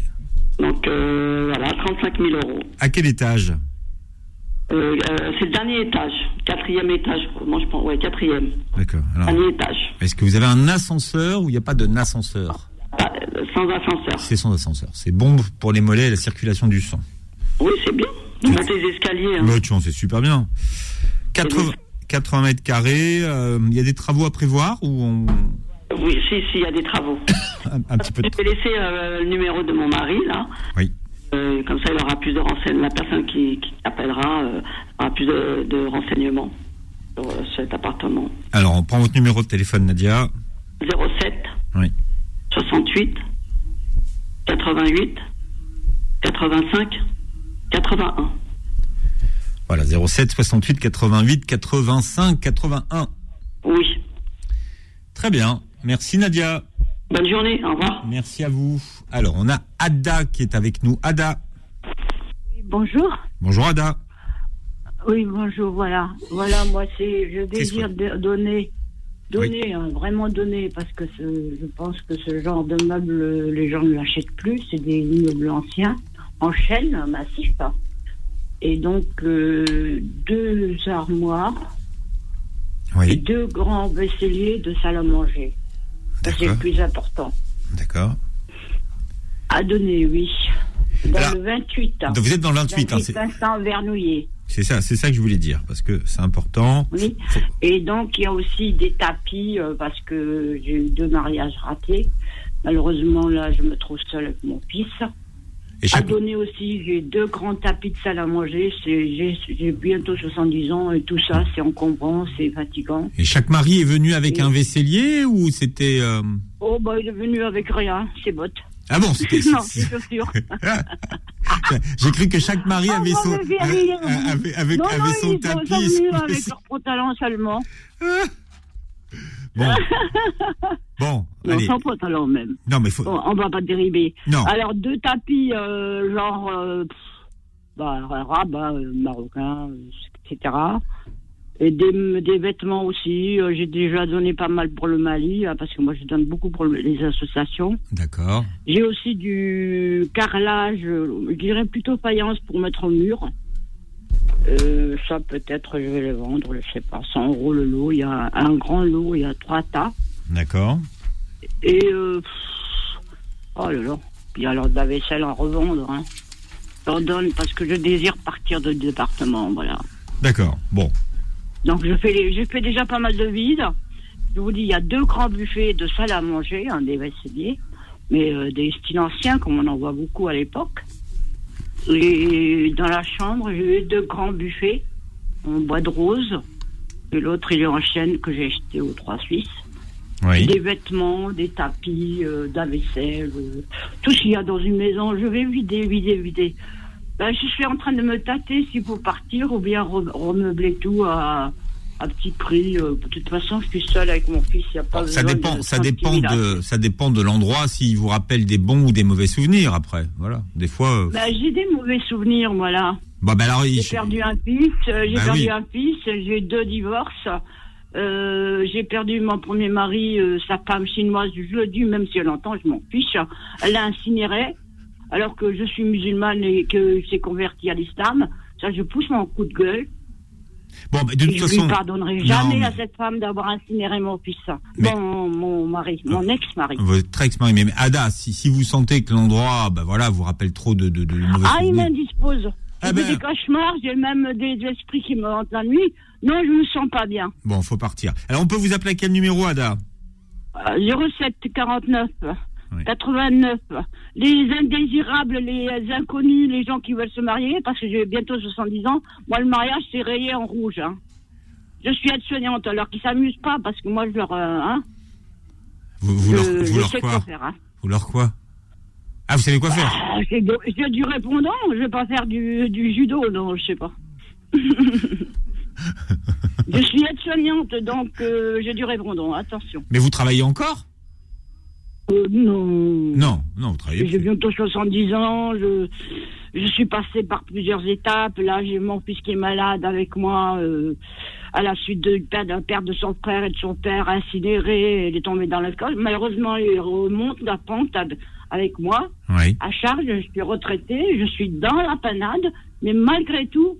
[SPEAKER 10] Donc euh, voilà, 35 000 euros.
[SPEAKER 2] À quel étage
[SPEAKER 10] Euh, euh, c'est le dernier étage, quatrième étage, comment je pense, ouais, quatrième,
[SPEAKER 2] D'accord. Alors,
[SPEAKER 10] dernier étage,
[SPEAKER 2] est-ce que vous avez un ascenseur ou il n'y a pas d'ascenseur
[SPEAKER 10] Pas- euh, sans ascenseur.
[SPEAKER 2] C'est sans ascenseur. C'est bon pour les mollets et la circulation du sang.
[SPEAKER 10] Oui, c'est bien, vous montez les escaliers. hein.
[SPEAKER 2] Bah, tu en sais super bien. 80, 80 mètres carrés, euh, il y a des travaux à prévoir ou on-
[SPEAKER 10] Oui, si, si, il y a des travaux.
[SPEAKER 2] un, un petit peu de...
[SPEAKER 10] Je vais laisser euh, le numéro de mon mari, là.
[SPEAKER 2] Oui.
[SPEAKER 10] Euh, comme ça, il aura plus de renseignements, la personne qui, qui appellera euh, aura plus de, de renseignements sur euh, cet appartement.
[SPEAKER 2] Alors, on prend votre numéro de téléphone, Nadia.
[SPEAKER 10] 07
[SPEAKER 2] Oui.
[SPEAKER 10] 68 88 85 81.
[SPEAKER 2] Voilà, 07 68 88 85 81.
[SPEAKER 10] Oui.
[SPEAKER 2] Très bien. Merci, Nadia.
[SPEAKER 10] Bonne journée, au revoir.
[SPEAKER 2] Merci à vous. Alors, on a Ada qui est avec nous. Ada.
[SPEAKER 11] Bonjour.
[SPEAKER 2] Bonjour, Ada.
[SPEAKER 11] Oui, bonjour. Voilà, voilà. Moi, c'est je désire de- donner, donner, hein, vraiment donner, parce que ce- je pense que ce genre de meubles, euh, les gens ne l'achètent plus. C'est des immeubles anciens en chaîne hein, massif. hein. Et donc euh, deux armoires, et deux grands vaisseliers de salle à manger. Ça, C'est le plus important.
[SPEAKER 2] D'accord.
[SPEAKER 11] À donner, oui. Dans le 28. hein.
[SPEAKER 2] Donc, vous êtes dans le 28, hein, c'est-
[SPEAKER 11] Vincent Vernouillet.
[SPEAKER 2] C'est ça, c'est ça que je voulais dire, parce que c'est important.
[SPEAKER 11] Oui. Et donc, il y a aussi des tapis, euh, parce que j'ai eu deux mariages ratés. Malheureusement, là, je me trouve seule avec mon fils.
[SPEAKER 2] Et
[SPEAKER 11] À donner aussi, j'ai deux grands tapis de salle à manger. C'est- J'ai j'ai bientôt 70 ans et tout ça, c'est encombrant, c'est fatigant.
[SPEAKER 2] Et chaque mari est venu avec un vaisselier ou c'était... euh,
[SPEAKER 11] Oh, bah, il est venu avec rien, ses bottes.
[SPEAKER 2] Ah bon, c'était...
[SPEAKER 11] Non, ses chaussures.
[SPEAKER 2] J'ai cru que chaque mari avait
[SPEAKER 11] Oh,
[SPEAKER 2] son, euh,
[SPEAKER 11] mon vieil.
[SPEAKER 2] avait, avait-
[SPEAKER 11] non,
[SPEAKER 2] avait
[SPEAKER 11] non,
[SPEAKER 2] son
[SPEAKER 11] ils sont-
[SPEAKER 2] tapis.
[SPEAKER 11] sont venus
[SPEAKER 2] son
[SPEAKER 11] avec leurs gros talons seulement.
[SPEAKER 2] Bon. Bon,
[SPEAKER 11] Non,
[SPEAKER 2] allez.
[SPEAKER 11] sans pantalon même.
[SPEAKER 2] Non, mais faut-
[SPEAKER 11] Bon, on va pas dériver.
[SPEAKER 2] Non.
[SPEAKER 11] Alors, deux tapis, euh, genre, euh, pff, bah, arabe, hein, euh, marocain, euh, etc. Et des, des vêtements aussi. Euh, J'ai déjà donné pas mal pour le Mali, hein, parce que moi, je donne beaucoup pour le- les associations.
[SPEAKER 2] D'accord.
[SPEAKER 11] J'ai aussi du carrelage, euh, je dirais plutôt faïence pour mettre au mur. Euh, ça, peut-être, je vais le vendre, je sais pas, 100 euros le lot. Il y a un grand lot, il y a trois tas.
[SPEAKER 2] D'accord.
[SPEAKER 11] Et euh, pff, oh là là, puis alors de la vaisselle à revendre. Hein. J'en donne parce que je désire partir de département, voilà.
[SPEAKER 2] D'accord. Bon.
[SPEAKER 11] Donc je fais, les- je fais déjà pas mal de vide. Je vous dis, il y a deux grands buffets de salle à manger, hein, des vaisseliers, mais euh, des styles anciens comme on en voit beaucoup à l'époque. Et dans la chambre, j'ai eu deux grands buffets en bois de rose. Et l'autre, il est en chêne que j'ai acheté aux Trois Suisses.
[SPEAKER 2] Oui.
[SPEAKER 11] des vêtements, des tapis, euh, de la vaisselle, euh, tout ce qu'il y a dans une maison. Je vais vider, vider, vider. Ben, je suis en train de me tâter s'il faut partir ou bien re- remeubler tout à, à petit prix. euh, de toute façon, je suis seule avec mon fils. Il y a pas
[SPEAKER 2] Ça
[SPEAKER 11] besoin
[SPEAKER 2] dépend,
[SPEAKER 11] de
[SPEAKER 2] ça
[SPEAKER 11] 30
[SPEAKER 2] dépend
[SPEAKER 11] 000 à-
[SPEAKER 2] de, ça dépend de l'endroit. S'il vous rappelle des bons ou des mauvais souvenirs après, voilà. Des fois, euh,
[SPEAKER 11] Ben, j'ai des mauvais souvenirs, voilà.
[SPEAKER 2] bah, bah, alors, il-
[SPEAKER 11] J'ai perdu un fils, euh, j'ai
[SPEAKER 2] Bah
[SPEAKER 11] perdu
[SPEAKER 2] oui.
[SPEAKER 11] un fils, j'ai eu deux divorces. Euh, j'ai perdu mon premier mari, euh, sa femme chinoise, je le dis, même si elle entend, je m'en fiche. Elle l'a incinéré, alors que je suis musulmane et que s'est converti à l'islam. Ça, je pousse mon coup de gueule.
[SPEAKER 2] bon, bah, de toute
[SPEAKER 11] et je
[SPEAKER 2] façon,
[SPEAKER 11] lui pardonnerai
[SPEAKER 2] Non,
[SPEAKER 11] jamais
[SPEAKER 2] mais-
[SPEAKER 11] à cette femme d'avoir incinéré mon fils,
[SPEAKER 2] Mais- Ah,
[SPEAKER 11] mon, mon mari, mon ex-mari.
[SPEAKER 2] votre ex-mari, mais mais Ada, si, si vous sentez que l'endroit, bah voilà, vous rappelle trop de, de, de mauvais
[SPEAKER 11] Ah, il
[SPEAKER 2] souvenirs.
[SPEAKER 11] m'indispose.
[SPEAKER 2] Ah
[SPEAKER 11] j'ai
[SPEAKER 2] ben.
[SPEAKER 11] des cauchemars, j'ai même des esprits qui me hantent la nuit. Non, je me sens pas bien.
[SPEAKER 2] Bon, faut partir. Alors, on peut vous appeler à quel numéro, Ada
[SPEAKER 11] Euh, 07 49 89. Les indésirables, les euh, inconnus, les gens qui veulent se marier, parce que j'ai bientôt 70 ans, moi le mariage c'est rayé en rouge. hein. Je suis aide-soignante, alors qu'ils s'amusent pas, parce que moi je leur... euh, hein,
[SPEAKER 2] Vous, vous
[SPEAKER 11] je-
[SPEAKER 2] leur, vous
[SPEAKER 11] Euh, je
[SPEAKER 2] leur
[SPEAKER 11] sais
[SPEAKER 2] quoi
[SPEAKER 11] quoi faire, hein.
[SPEAKER 2] Vous leur quoi Ah, vous savez quoi faire
[SPEAKER 11] Ah, j'ai du- j'ai du répondant, je vais pas faire du, du judo, non, je sais pas. je suis aide-soignante, donc euh, j'ai du répondant, attention.
[SPEAKER 2] Mais vous travaillez encore
[SPEAKER 11] Euh, non.
[SPEAKER 2] Non, non, vous travaillez.
[SPEAKER 11] J'ai bientôt 70 ans, je, je suis passée par plusieurs étapes. Là, j'ai mon fils qui est malade avec moi, euh, à la suite de perte de, perte de son frère et de son père incinéré. Il est tombé dans l'alcool. Malheureusement, il remonte la pente ab- avec moi,
[SPEAKER 2] Oui.
[SPEAKER 11] à charge. Je suis retraitée, je suis dans la panade, mais malgré tout,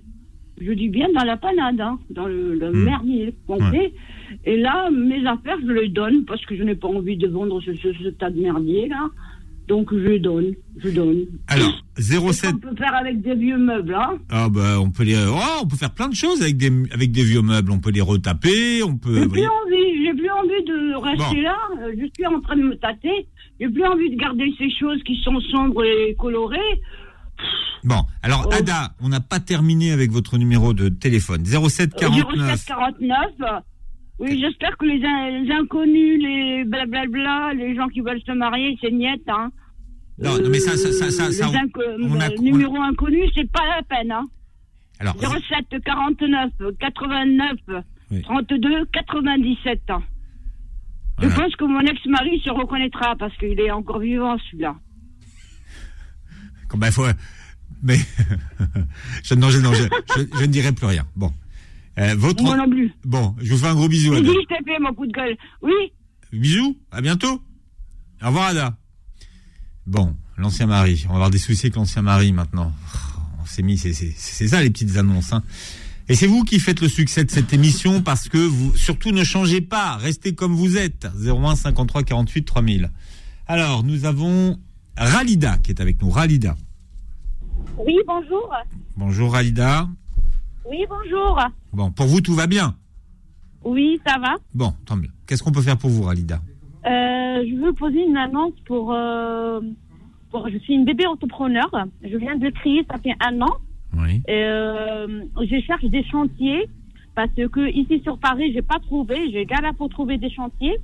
[SPEAKER 11] je dis bien dans la panade, hein, dans le, le
[SPEAKER 2] Hmm.
[SPEAKER 11] merdier complet. Et là, mes affaires, je les donne parce que je n'ai pas envie de vendre ce, ce- ce tas de merdier là. Donc je donne, je donne.
[SPEAKER 2] Alors, 07.
[SPEAKER 11] On peut faire avec des vieux meubles, hein.
[SPEAKER 2] Ah bah on peut les oh, on peut faire plein de choses avec des avec des vieux meubles, on peut les retaper, on peut
[SPEAKER 11] J'ai
[SPEAKER 2] vous voyez.
[SPEAKER 11] plus envie, j'ai plus envie de rester
[SPEAKER 2] Euh, Bon.
[SPEAKER 11] là. Euh, Je suis en train de me tâter. J'ai plus envie de garder ces choses qui sont sombres et colorées. Euh,
[SPEAKER 2] Bon,
[SPEAKER 11] Oh.
[SPEAKER 2] alors Ada, on n'a pas terminé avec votre numéro de téléphone 07 49.
[SPEAKER 11] 49. Oui, j'espère que les, in- les inconnus, les blablabla, les gens qui veulent se marier, c'est niette, hein.
[SPEAKER 2] Non, non, mais ça ça ça
[SPEAKER 11] Euh,
[SPEAKER 2] ça, ça-
[SPEAKER 11] les inco-
[SPEAKER 2] on a
[SPEAKER 11] le numéro inconnu, c'est pas la peine, hein.
[SPEAKER 2] alors
[SPEAKER 11] 07 49 89
[SPEAKER 2] Oui.
[SPEAKER 11] 32 97 ans. hein. Je pense que mon ex-mari se reconnaîtra parce qu'il est encore vivant celui-là.
[SPEAKER 2] quand- bah, faut- mais je non, je, non, je, je- je ne dirai plus rien. Bon. Euh, votre
[SPEAKER 11] Moi non plus.
[SPEAKER 2] Bon, je vous fais un gros bisou
[SPEAKER 11] Oui,
[SPEAKER 2] Ada.
[SPEAKER 11] je t'ai fait mon coup de gueule. Oui,
[SPEAKER 2] Bisous, à bientôt. Au revoir Ada. Bon, l'ancien mari, on va avoir des soucis avec l'ancien mari maintenant. Oh, On s'est mis, c'est- c'est c'est ça les petites annonces. hein. Et c'est vous qui faites le succès de cette émission parce que vous, surtout ne changez pas, restez comme vous êtes. 01 53 48 3000. Alors, nous avons Ralida qui est avec nous. Ralida.
[SPEAKER 12] Oui, bonjour.
[SPEAKER 2] Bonjour Ralida.
[SPEAKER 12] Oui, bonjour.
[SPEAKER 2] Bon, pour vous tout va bien.
[SPEAKER 12] Oui, ça va.
[SPEAKER 2] Bon, tant mieux. Qu'est-ce qu'on peut faire pour vous Ralida
[SPEAKER 12] Euh, je veux poser une annonce pour, euh, pour- Je suis une bébé entrepreneur. Je viens de créer, ça fait un an.
[SPEAKER 2] Oui.
[SPEAKER 12] Euh, je cherche des chantiers parce que ici sur Paris, j'ai pas trouvé. J'ai galère pour trouver des chantiers.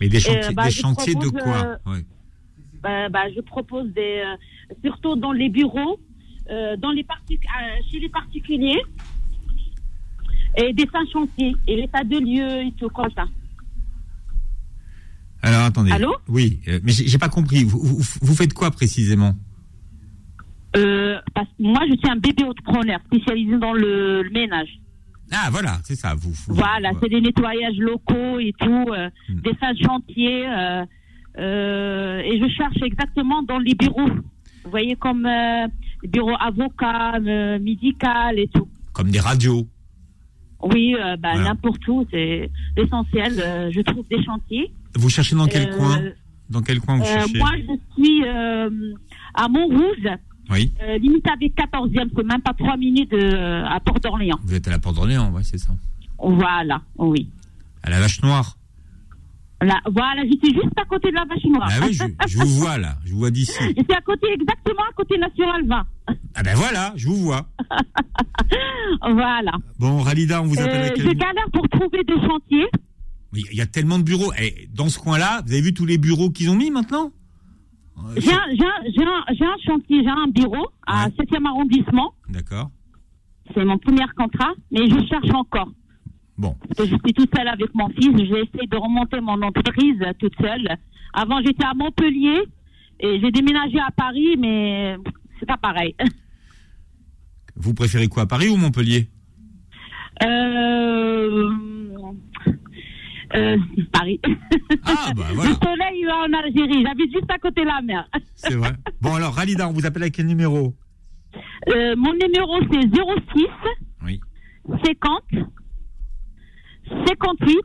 [SPEAKER 2] Mais des
[SPEAKER 12] Euh,
[SPEAKER 2] chantiers,
[SPEAKER 12] bah,
[SPEAKER 2] des
[SPEAKER 12] je
[SPEAKER 2] chantiers de
[SPEAKER 12] propose,
[SPEAKER 2] quoi
[SPEAKER 12] euh,
[SPEAKER 2] Oui.
[SPEAKER 12] Bah, bah, je propose des, euh, surtout dans les bureaux, euh, dans les particu- euh, chez les particuliers, et des saints chantiers, et l'état de lieu et tout comme ça.
[SPEAKER 2] Alors attendez.
[SPEAKER 12] Allô
[SPEAKER 2] Oui, euh, mais j'ai j'ai pas compris. Vous, vous, vous faites quoi précisément
[SPEAKER 12] Euh, parce que moi, je suis un bébé entrepreneur spécialisé dans le, le ménage.
[SPEAKER 2] Ah voilà, c'est ça. Vous, vous-
[SPEAKER 12] Voilà, c'est des nettoyages locaux et tout, euh,
[SPEAKER 2] Hmm.
[SPEAKER 12] des salles chantiers. euh, euh, et je cherche exactement dans les bureaux. Vous voyez, comme euh, bureau avocat, euh, médical et tout.
[SPEAKER 2] comme des radios.
[SPEAKER 12] Oui, euh, bah,
[SPEAKER 2] Voilà.
[SPEAKER 12] n'importe où, c'est l'essentiel. euh, je trouve des chantiers.
[SPEAKER 2] Vous cherchez dans quel
[SPEAKER 12] Euh,
[SPEAKER 2] coin Dans quel coin vous
[SPEAKER 12] Euh,
[SPEAKER 2] cherchez
[SPEAKER 12] moi, je suis euh, à Montrouge,
[SPEAKER 2] Oui.
[SPEAKER 12] euh, limite avec 14e, c'est même pas 3 minutes de- à Port d'Orléans.
[SPEAKER 2] Vous êtes à la Porte d'Orléans, hein, ouais, c'est ça.
[SPEAKER 12] Voilà, oui.
[SPEAKER 2] À la Vache Noire.
[SPEAKER 12] Là, voilà, j'étais juste à côté de la vache noire.
[SPEAKER 2] Ah oui, je, je vous vois là. Je vous vois d'ici.
[SPEAKER 12] J'étais à côté, exactement à côté de la National 20.
[SPEAKER 2] Ah ben voilà, je vous vois.
[SPEAKER 12] Voilà.
[SPEAKER 2] Bon, Ralida, on vous appelle
[SPEAKER 12] Euh,
[SPEAKER 2] à quel
[SPEAKER 12] je galère pour trouver des chantiers.
[SPEAKER 2] Mais Il y a tellement de bureaux. Et dans ce coin-là, vous avez vu tous les bureaux qu'ils ont mis maintenant
[SPEAKER 12] J'ai un, j'ai un- j'ai un- j'ai un chantier, j'ai un bureau à 7e arrondissement.
[SPEAKER 2] D'accord.
[SPEAKER 12] C'est mon premier contrat, mais je cherche encore.
[SPEAKER 2] Bon.
[SPEAKER 12] Parce que je suis toute seule avec mon fils. J'ai essayé de remonter mon entreprise euh, toute seule. Avant, j'étais à Montpellier et j'ai déménagé à Paris, mais euh, c'est pas pareil.
[SPEAKER 2] Vous préférez quoi, Paris ou Montpellier
[SPEAKER 12] Euh, euh, Paris. Le soleil euh, en Algérie. J'habite juste à côté de la mer.
[SPEAKER 2] C'est vrai. Bon, alors, Ralida, on vous appelle à quel numéro
[SPEAKER 12] Euh, mon numéro, c'est 06
[SPEAKER 2] Oui.
[SPEAKER 12] 50 58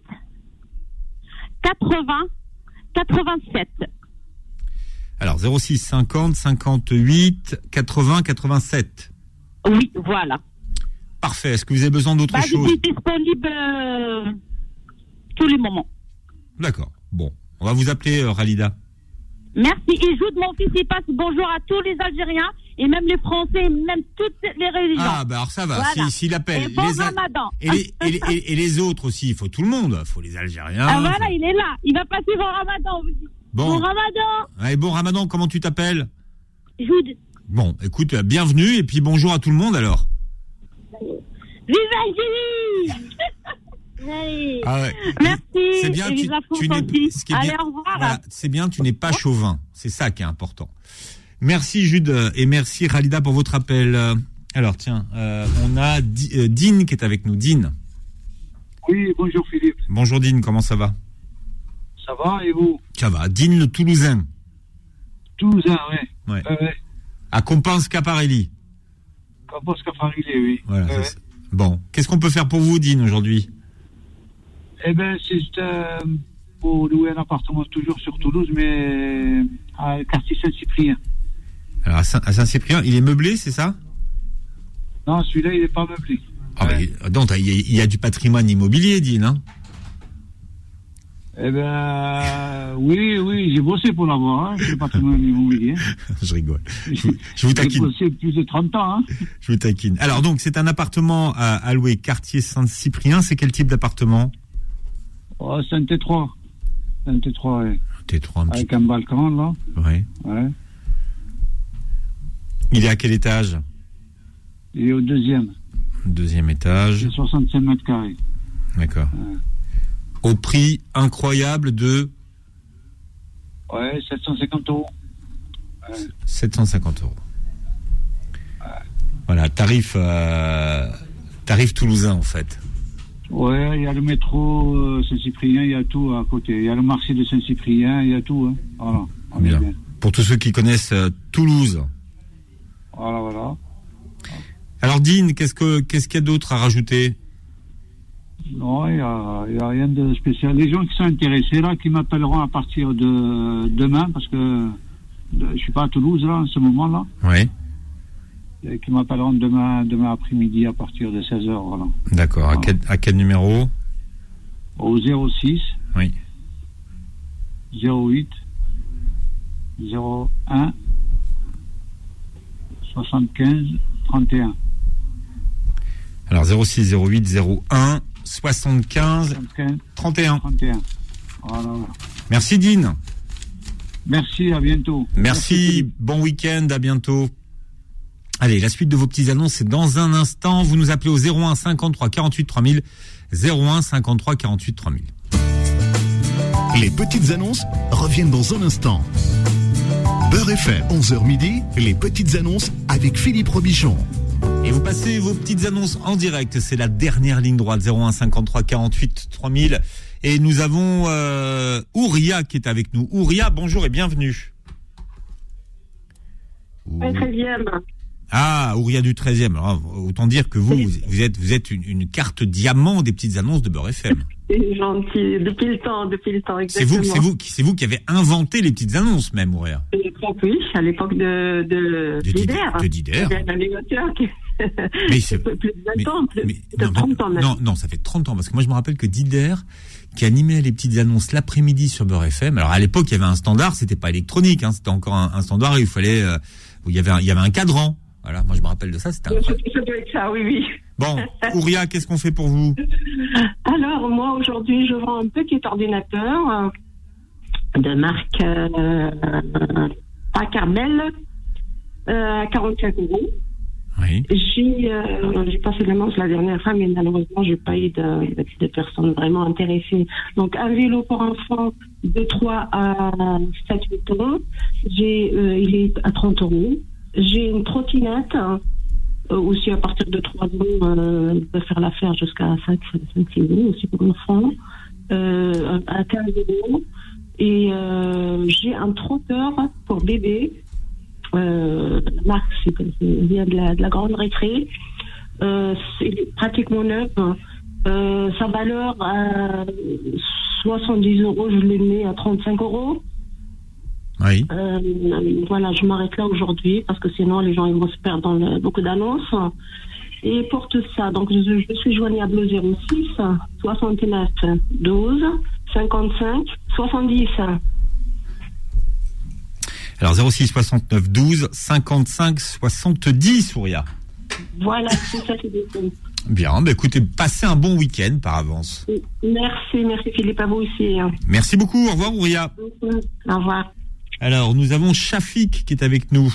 [SPEAKER 12] 80 87.
[SPEAKER 2] Alors, 06 50 58 80 87.
[SPEAKER 12] Oui, voilà.
[SPEAKER 2] Parfait. Est-ce que vous avez besoin d'autre
[SPEAKER 12] Bah, je
[SPEAKER 2] chose
[SPEAKER 12] suis disponible euh, tous les moments.
[SPEAKER 2] D'accord. Bon. On va vous appeler, euh, Ralida.
[SPEAKER 12] Merci. Et Jude, mon fils, il passe bonjour à tous les Algériens et même les Français, et même toutes les religions.
[SPEAKER 2] Ah, bah alors ça va,
[SPEAKER 12] Voilà.
[SPEAKER 2] si- s'il appelle.
[SPEAKER 12] Et bon
[SPEAKER 2] les Al-
[SPEAKER 12] ramadan.
[SPEAKER 2] et, les, et les- et- et les autres aussi, il faut tout le monde. Il faut les Algériens.
[SPEAKER 12] Ah, voilà, il est là. Il va passer bon ramadan.
[SPEAKER 2] Bon.
[SPEAKER 12] Bon ramadan,
[SPEAKER 2] Ouais, bon, Ramadan, comment tu t'appelles
[SPEAKER 12] Jude.
[SPEAKER 2] Bon, écoute, euh, bienvenue et puis bonjour à tout le monde alors.
[SPEAKER 12] Vive Algérie Allez.
[SPEAKER 2] Ah ouais.
[SPEAKER 12] Merci.
[SPEAKER 2] C'est bien,
[SPEAKER 12] et
[SPEAKER 2] tu-
[SPEAKER 12] vive la France
[SPEAKER 2] tu n'es-
[SPEAKER 12] aussi.
[SPEAKER 2] ce qui est
[SPEAKER 12] Allez,
[SPEAKER 2] bien-
[SPEAKER 12] au revoir.
[SPEAKER 2] Voilà, c'est bien, tu n'es pas chauvin. C'est ça qui est important. Merci Jude euh, et merci Ralida pour votre appel. Euh, Alors tiens, euh, on a Di- euh, Dean qui est avec nous. Dean.
[SPEAKER 13] Oui, bonjour Philippe.
[SPEAKER 2] Bonjour Dean, comment ça va
[SPEAKER 13] Ça va et vous
[SPEAKER 2] Ça va. Dean le Toulousain.
[SPEAKER 13] Toulousain, oui.
[SPEAKER 2] Ouais.
[SPEAKER 13] Ouais, ouais.
[SPEAKER 2] À Compense Caparelli.
[SPEAKER 13] Comme Oscar Farilé, oui.
[SPEAKER 2] Voilà,
[SPEAKER 13] Ouais,
[SPEAKER 2] c'est
[SPEAKER 13] ouais.
[SPEAKER 2] ça. Bon, qu'est-ce qu'on peut faire pour vous, Dean, aujourd'hui
[SPEAKER 13] Eh bien, c'est juste, euh, pour louer un appartement toujours sur Toulouse, mais euh, à quartier Saint-Cyprien.
[SPEAKER 2] Alors à Saint- à Saint-Cyprien, il est meublé, c'est ça
[SPEAKER 13] Non, celui-là, il n'est pas meublé.
[SPEAKER 2] Ah bah, donc, il y, a- il y a du patrimoine immobilier, Dean. Hein
[SPEAKER 13] Eh bien, oui, oui, j'ai bossé pour l'avoir, hein. je suis patrimoine immobilier.
[SPEAKER 2] Je rigole. Je vous, je vous
[SPEAKER 13] J'ai
[SPEAKER 2] taquine.
[SPEAKER 13] bossé plus de 30 ans. Hein.
[SPEAKER 2] Je vous taquine. Alors donc, c'est un appartement à, à louer, quartier Saint-Cyprien. C'est quel type d'appartement
[SPEAKER 13] Oh, c'est un T3. C'est un T3, oui.
[SPEAKER 2] T3, un petit
[SPEAKER 13] Avec un balcon, là.
[SPEAKER 2] Ouais.
[SPEAKER 13] Ouais.
[SPEAKER 2] Il est à quel étage
[SPEAKER 13] Il est au deuxième.
[SPEAKER 2] Deuxième étage.
[SPEAKER 13] C'est 65 mètres carrés.
[SPEAKER 2] D'accord. Au prix incroyable de
[SPEAKER 13] Ouais, 750 euros.
[SPEAKER 2] 750 euros. Voilà, tarif, euh, tarif toulousain en fait.
[SPEAKER 13] Ouais, il y a le métro euh, Saint-Cyprien, il y a tout à côté. Il y a le marché de Saint-Cyprien, il y a tout. Hein. Voilà. On est
[SPEAKER 2] Ah, Bien.
[SPEAKER 13] bien.
[SPEAKER 2] Pour tous ceux qui connaissent euh, Toulouse.
[SPEAKER 13] Voilà, voilà.
[SPEAKER 2] Alors Dean, qu'est-ce que qu'est-ce qu'il y a d'autre à rajouter
[SPEAKER 13] Non, il n'y a, il y a rien de spécial. Les gens qui sont intéressés, là, qui m'appelleront à partir de demain, parce que euh, je suis pas à Toulouse, là, en ce moment-là,
[SPEAKER 2] Oui.
[SPEAKER 13] et qui m'appelleront demain, demain après-midi à partir de 16h, voilà.
[SPEAKER 2] D'accord. À quel, à quel numéro
[SPEAKER 13] Au 06
[SPEAKER 2] Oui.
[SPEAKER 13] 08 01 75 31.
[SPEAKER 2] Alors 06 08 01 75 31.
[SPEAKER 13] 31. Voilà.
[SPEAKER 2] Merci Dean.
[SPEAKER 13] Merci, à bientôt.
[SPEAKER 2] Merci, bon week-end, à bientôt. Allez, la suite de vos petites annonces, c'est dans un instant. Vous nous appelez au 01 53 48 3000. 01 53 48 3000.
[SPEAKER 1] Les petites annonces reviennent dans un instant. Beurre FM, 11h midi, les petites annonces avec Philippe Robichon.
[SPEAKER 2] Et vous passez vos petites annonces en direct. C'est la dernière ligne droite, 01 53 48 3000. Et nous avons euh, Ouria qui est avec nous. Ouria, bonjour et bienvenue.
[SPEAKER 14] Un treizième.
[SPEAKER 2] Ah, Ouria du 13e. Alors, autant dire que vous, vous- vous êtes, vous êtes une, une carte diamant des petites annonces de Beurre FM.
[SPEAKER 14] C'est gentil. Depuis le temps, depuis le temps,
[SPEAKER 2] C'est
[SPEAKER 14] exactement.
[SPEAKER 2] vous, c'est vous, qui- c'est vous qui avez inventé les petites annonces, même, Auréa.
[SPEAKER 14] À l'époque, Oui, à l'époque de,
[SPEAKER 3] Euh,
[SPEAKER 14] de,
[SPEAKER 2] De Dider, de Dider.
[SPEAKER 14] Il y avait un animateur qui...
[SPEAKER 2] Mais c'est-
[SPEAKER 14] plus de 20 ans, plus de
[SPEAKER 2] non,
[SPEAKER 14] 30 ans même.
[SPEAKER 2] non, non, ça fait 30 ans, parce que moi je me rappelle que Dider, qui animait les petites annonces l'après-midi sur Beurre FM, alors à l'époque il y avait un standard, c'était pas électronique, hein, c'était encore un, un standard et il fallait, euh, où il y avait un, il y avait un cadran. Voilà, moi je me rappelle de ça, c'était
[SPEAKER 14] Donc,
[SPEAKER 2] incroyable.
[SPEAKER 14] Ça doit être ça, oui, oui.
[SPEAKER 2] Bon, Ouria, qu'est-ce qu'on fait pour vous
[SPEAKER 14] Alors, moi, aujourd'hui, je vends un petit ordinateur euh, de marque euh, Packard Bell, euh, à 45 euros.
[SPEAKER 2] Oui.
[SPEAKER 14] J'ai euh, j'ai passé l'annonce la dernière fois, mais malheureusement, j'ai pas eu de, de personnes vraiment intéressées. Donc, un vélo pour enfants de 3 à 7 8 ans. J'ai, euh, il est à 30 euros. J'ai une trottinette hein, euh, aussi à partir de 3 ans, euh, on peut faire l'affaire jusqu'à 5, 5, 6 euros aussi pour l'enfant, euh, à 15 euros. Et euh, j'ai un trotteur pour bébé euh, la marque, c'est c'est- vient de la, de la grande récré. Euh, c'est pratiquement neuf. Euh, sa valeur à 70 euros, je l'ai mis à 35 euros.
[SPEAKER 2] Oui.
[SPEAKER 14] Euh, voilà, je m'arrête là aujourd'hui parce que sinon les gens ils vont se perdre dans le- beaucoup d'annonces. Et pour tout ça, donc je, je suis joignable au 06 69 12 55 70.
[SPEAKER 2] Alors 06 69 12 55 70, Ouria.
[SPEAKER 14] Voilà, c'est ça c'est tout.
[SPEAKER 2] Bien, bah écoutez, passez un bon week-end par avance.
[SPEAKER 14] Merci, merci Philippe, à vous aussi. hein.
[SPEAKER 2] Merci beaucoup, au revoir Ouria.
[SPEAKER 14] Au revoir.
[SPEAKER 2] Alors, nous avons Shafik qui est avec nous.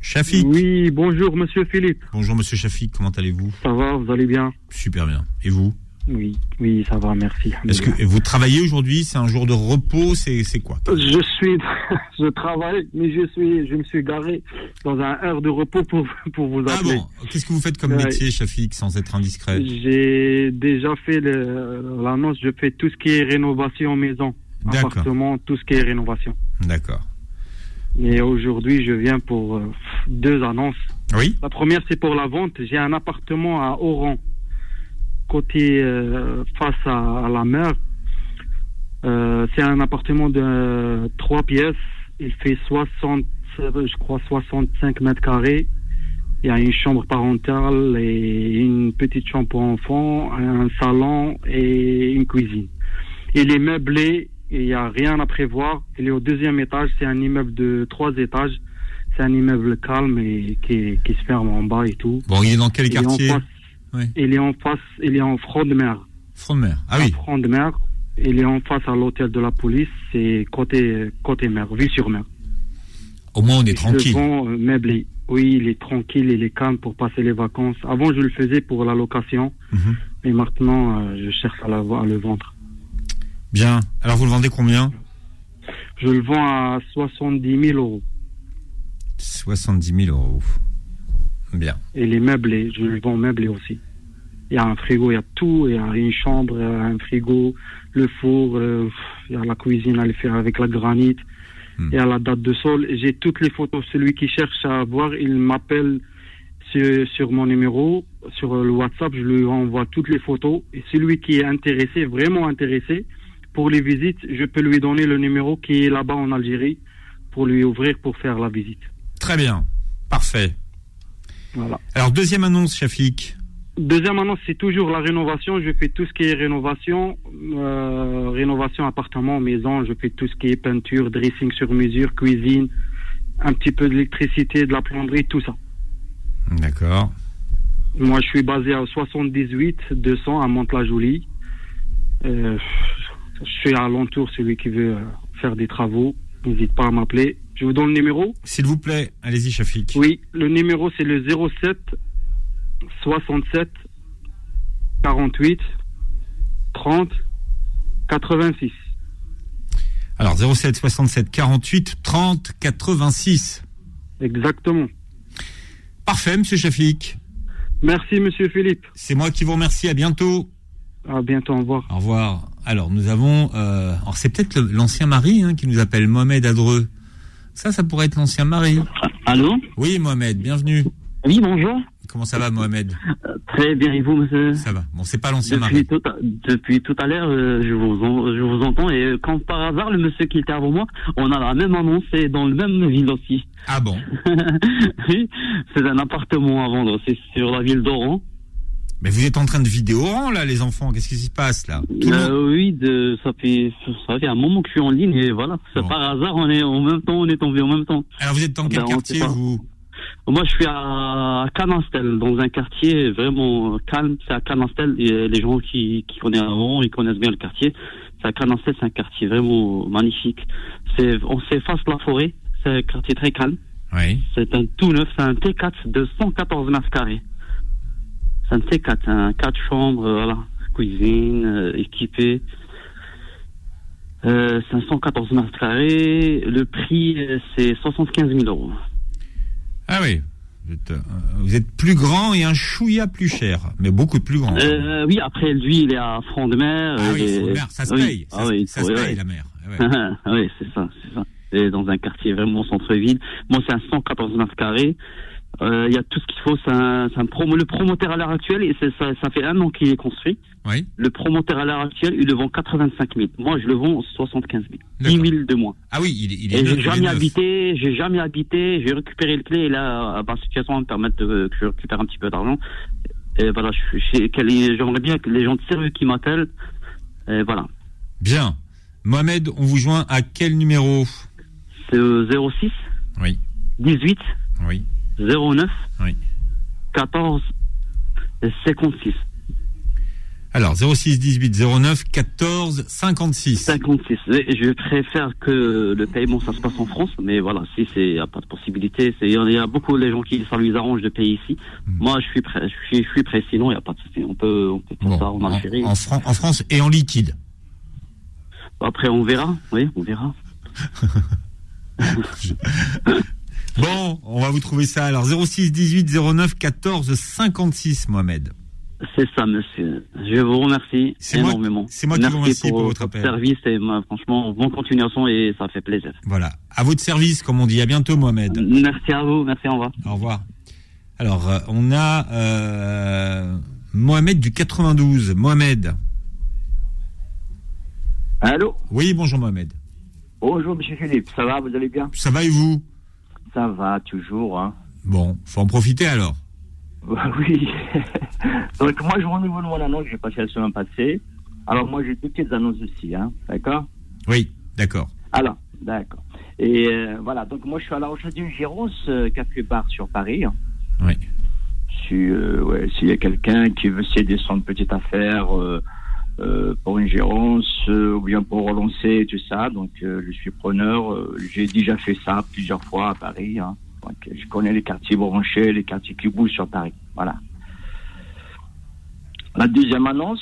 [SPEAKER 2] Shafik.
[SPEAKER 15] Oui, bonjour Monsieur Philippe.
[SPEAKER 2] Bonjour Monsieur Shafik, comment allez-vous
[SPEAKER 15] Ça va, vous allez bien
[SPEAKER 2] Super bien. Et vous
[SPEAKER 15] Oui, oui, ça va, merci.
[SPEAKER 2] Est-ce que et vous travaillez aujourd'hui C'est un jour de repos C'est c'est quoi
[SPEAKER 15] Je suis, je travaille, mais je suis, je me suis garé dans un heure de repos pour, pour vous
[SPEAKER 2] Ah
[SPEAKER 15] appeler.
[SPEAKER 2] Qu'est-ce que vous faites comme
[SPEAKER 15] Ouais.
[SPEAKER 2] métier, Shafik, sans être indiscret
[SPEAKER 15] J'ai déjà fait le- l'annonce, je fais tout ce qui est rénovation maison,
[SPEAKER 2] D'accord.
[SPEAKER 15] appartement, tout ce qui est rénovation.
[SPEAKER 2] D'accord.
[SPEAKER 15] Et aujourd'hui, je viens pour euh, deux annonces.
[SPEAKER 2] Oui.
[SPEAKER 15] La première, c'est pour la vente. J'ai un appartement à Oran, côté euh, face à, à la mer. Euh, c'est un appartement de euh, trois pièces. Il fait 60, euh, je crois, 65 mètres carrés. Il y a une chambre parentale et une petite chambre pour enfants, un salon et une cuisine. Il est meublé, il n'y a rien à prévoir. Il est au deuxième étage, c'est un immeuble de trois étages. C'est un immeuble calme et qui, qui se ferme en bas et tout.
[SPEAKER 2] Bon, il est dans quel
[SPEAKER 15] en
[SPEAKER 2] quartier
[SPEAKER 15] face-
[SPEAKER 2] Ouais.
[SPEAKER 15] Il est en face, il est en front de mer.
[SPEAKER 2] Front de mer, ah oui.
[SPEAKER 15] front de mer, il est en face à l'hôtel de la police, c'est côté, côté mer, vue sur mer.
[SPEAKER 2] Au moins, on
[SPEAKER 15] Et
[SPEAKER 2] est tranquille.
[SPEAKER 15] Le vent, euh, meublé. Oui, il est tranquille, il est calme pour passer les vacances. Avant, je le faisais pour la location,
[SPEAKER 2] Mhm.
[SPEAKER 15] mais maintenant, euh, je cherche à, la, à le vendre.
[SPEAKER 2] Bien. Alors, vous le vendez combien
[SPEAKER 15] Je le vends à 70 000 euros.
[SPEAKER 2] 70 000 euros. Bien.
[SPEAKER 15] Et les meublés, je le vends meublé aussi. Il y a un frigo, il y a tout, il y a une chambre, il y a un frigo, le four, euh, il y a la cuisine à le faire avec la granite, il y a la date de sol. J'ai toutes les photos. Celui qui cherche à voir, il m'appelle sur, sur mon numéro, sur euh, le WhatsApp, je lui envoie toutes les photos. Et celui qui est intéressé, vraiment intéressé, pour les visites, je peux lui donner le numéro qui est là-bas en Algérie pour lui ouvrir pour faire la visite.
[SPEAKER 2] Très bien. Parfait.
[SPEAKER 15] Voilà.
[SPEAKER 2] Alors, deuxième annonce, Shafik.
[SPEAKER 15] Deuxième annonce, c'est toujours la rénovation. Je fais tout ce qui est rénovation, euh, rénovation appartement, maison. Je fais tout ce qui est peinture, dressing sur mesure, cuisine, un petit peu d'électricité, de la plomberie, tout ça.
[SPEAKER 2] D'accord.
[SPEAKER 15] Moi, je suis basé à 78 200 à Mantes-la-Jolie. Euh, je suis à l'entour, celui qui veut euh, faire des travaux. N'hésite pas à m'appeler. Je vous donne le numéro
[SPEAKER 2] S'il vous plaît, allez-y, Shafik.
[SPEAKER 15] Oui, le numéro c'est le 07 67 48 30 86.
[SPEAKER 2] Alors 07 67 48 30 86.
[SPEAKER 15] Exactement.
[SPEAKER 2] Parfait, Monsieur Chafik.
[SPEAKER 15] Merci, Monsieur Philippe.
[SPEAKER 2] C'est moi qui vous remercie. À bientôt.
[SPEAKER 15] À bientôt. Au revoir.
[SPEAKER 2] Au revoir. Alors nous avons. euh, alors c'est peut-être le- l'ancien mari hein, qui nous appelle Mohamed Adreux. Ça, ça pourrait être l'ancien mari.
[SPEAKER 16] Ah, Allô.
[SPEAKER 2] Oui, Mohamed. Bienvenue.
[SPEAKER 16] Oui, bonjour. Euh,
[SPEAKER 2] Comment ça va, Mohamed
[SPEAKER 16] Très bien, et vous, monsieur
[SPEAKER 2] Ça va. Bon, c'est pas l'ancien
[SPEAKER 16] depuis
[SPEAKER 2] mari.
[SPEAKER 16] tout, à- depuis tout à l'heure, euh, je, vous en- je vous entends et euh, quand par hasard, le monsieur qui était avant moi, on a la même annonce et dans le même ville aussi.
[SPEAKER 2] Ah bon
[SPEAKER 16] Oui, c'est un appartement à vendre, c'est sur la ville d'Oran.
[SPEAKER 2] Mais vous êtes en train de vider Oran là, les enfants. Qu'est-ce qui se passe là Tout le
[SPEAKER 16] Euh, oui, de, ça, fait, ça fait un moment que je suis en ligne et voilà, c'est par hasard, on est en même temps, on est tombé en même temps.
[SPEAKER 2] Alors vous êtes dans quel
[SPEAKER 16] Ben, on sait
[SPEAKER 2] quartier
[SPEAKER 16] pas.
[SPEAKER 2] vous
[SPEAKER 16] Moi, je suis à Canastel, dans un quartier vraiment calme. C'est à Canastel. et Les gens qui, qui connaissent Oran, ils connaissent bien le quartier. C'est à Canastel, c'est un quartier vraiment magnifique. C'est, on s'efface la forêt. C'est un quartier très calme.
[SPEAKER 2] Oui.
[SPEAKER 16] C'est un tout neuf. C'est un T4 de 114 mètres carrés. C'est un T4, un 4 chambres, euh, voilà. Cuisine, euh, équipé. Euh, 514 mètres carrés. Le prix, euh, c'est 75 000 euros.
[SPEAKER 2] Ah oui. Vous êtes, euh, vous êtes plus grand et un chouïa plus cher, mais beaucoup plus grand.
[SPEAKER 16] Euh, oui, après, lui, il est à front de mer.
[SPEAKER 2] Ah oui,
[SPEAKER 16] Et-
[SPEAKER 2] front de mer, ça se
[SPEAKER 16] oui.
[SPEAKER 2] paye, ça
[SPEAKER 16] Ah
[SPEAKER 2] se-
[SPEAKER 16] oui,
[SPEAKER 2] ça se
[SPEAKER 16] oui,
[SPEAKER 2] paye,
[SPEAKER 16] oui.
[SPEAKER 2] la mer. Ah ouais.
[SPEAKER 16] Ah, ah, oui, c'est ça, c'est ça. Et dans un quartier vraiment centre-ville. Moi, c'est un 114 mètres carrés. Euh, Il y a tout ce qu'il faut. C'est un, c'est un promo, le promoteur à l'heure actuelle, et c'est- ça, ça fait un an qu'il est construit.
[SPEAKER 2] Oui.
[SPEAKER 16] Le promoteur à l'heure actuelle, il le vend 85 000. Moi, je le vends 75 000. 10 000 de moins.
[SPEAKER 2] Ah oui, il, il est
[SPEAKER 16] Et
[SPEAKER 2] neuf,
[SPEAKER 16] j'ai
[SPEAKER 2] il est
[SPEAKER 16] jamais
[SPEAKER 2] neuf.
[SPEAKER 16] habité, j'ai jamais habité, j'ai récupéré le clé et là, à ma situation me permettre de, que je récupère un petit peu d'argent. Et voilà, je- je- qu'elle- j'aimerais bien que les gens de sérieux qui m'appellent, et Euh, voilà.
[SPEAKER 2] Bien. Mohamed, on vous joint à quel numéro
[SPEAKER 16] C'est euh, 06
[SPEAKER 2] Oui.
[SPEAKER 16] 18
[SPEAKER 2] Oui.
[SPEAKER 16] 09
[SPEAKER 2] Oui.
[SPEAKER 16] 14 et 56.
[SPEAKER 2] Alors, 06 18 09 14 56.
[SPEAKER 16] 56. Et Je préfère que le paiement ça se passe en France, mais voilà, si c'est y a pas de possibilité, c'est il y en- il y a beaucoup les gens qui ça lui arrange de payer ici.
[SPEAKER 2] Hmm.
[SPEAKER 16] Moi, je suis prêt, je suis, je suis prêt. Sinon, il y a pas de souci. On peut, on peut faire ça en
[SPEAKER 2] Ah.
[SPEAKER 16] Algérie.
[SPEAKER 2] En, Fran- en France et en liquide.
[SPEAKER 16] Après, on verra. Oui, on verra.
[SPEAKER 2] Bon, on va vous trouver ça. Alors, 06 18 09 14 56, Mohamed.
[SPEAKER 16] C'est ça, monsieur. Je vous remercie
[SPEAKER 2] C'est moi-
[SPEAKER 16] énormément.
[SPEAKER 2] c'est moi qui vous
[SPEAKER 16] Merci
[SPEAKER 2] remercie pour votre appel.
[SPEAKER 16] service et moi, franchement, bonne continuation et ça fait plaisir.
[SPEAKER 2] Voilà. À votre service, comme on dit. À bientôt, Mohamed.
[SPEAKER 16] Merci à vous. Merci. Au revoir.
[SPEAKER 2] Au revoir. Alors, euh, on a euh, Mohamed du 92. Mohamed.
[SPEAKER 17] Allô
[SPEAKER 2] Oui, bonjour, Mohamed.
[SPEAKER 17] Bonjour, monsieur Philippe. Ça va, vous allez bien
[SPEAKER 2] Ça va et vous
[SPEAKER 17] Ça va, toujours. Hein.
[SPEAKER 2] Bon, faut en profiter alors.
[SPEAKER 17] Bah oui. Donc, moi, je renouvelle mon annonce. J'ai passé la semaine passée. Alors, moi, j'ai deux petites annonces aussi. Hein. D'accord
[SPEAKER 2] Oui, d'accord.
[SPEAKER 17] Alors, d'accord. Et euh, voilà, donc moi, je suis à la recherche d'une gérance euh, café bar sur Paris. hein.
[SPEAKER 2] Oui.
[SPEAKER 17] Si, euh, ouais, s'il y a quelqu'un qui veut céder son petite affaire euh, euh, pour une gérance euh, ou bien pour relancer tout ça, donc euh, je suis preneur. Euh, J'ai déjà fait ça plusieurs fois à Paris. hein. Donc, je connais les quartiers branchés, les quartiers qui bougent sur Paris. Voilà. La deuxième annonce,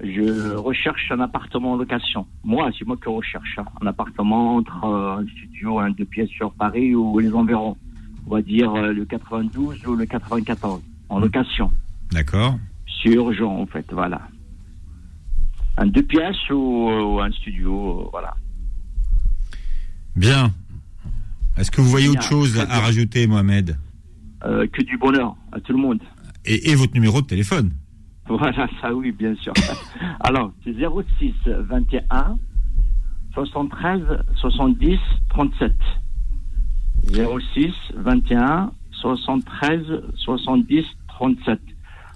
[SPEAKER 17] je recherche un appartement en location. Moi, c'est moi qui recherche hein, un appartement entre euh, un studio, un deux pièces sur Paris ou les environs. On va dire euh, le 92 ou le 94 en location.
[SPEAKER 2] D'accord.
[SPEAKER 17] C'est urgent en fait, voilà. Un deux pièces ou, euh, ou un studio, euh, voilà.
[SPEAKER 2] Bien. Est-ce que vous voyez autre
[SPEAKER 17] Bien,
[SPEAKER 2] chose
[SPEAKER 17] très
[SPEAKER 2] à rajouter, Mohamed
[SPEAKER 17] Euh, que du bonheur à tout le monde.
[SPEAKER 2] et, et votre numéro de téléphone
[SPEAKER 17] Voilà, ça oui, bien sûr. Alors, c'est 06 21 73 70 37. 06 21 73 70 37.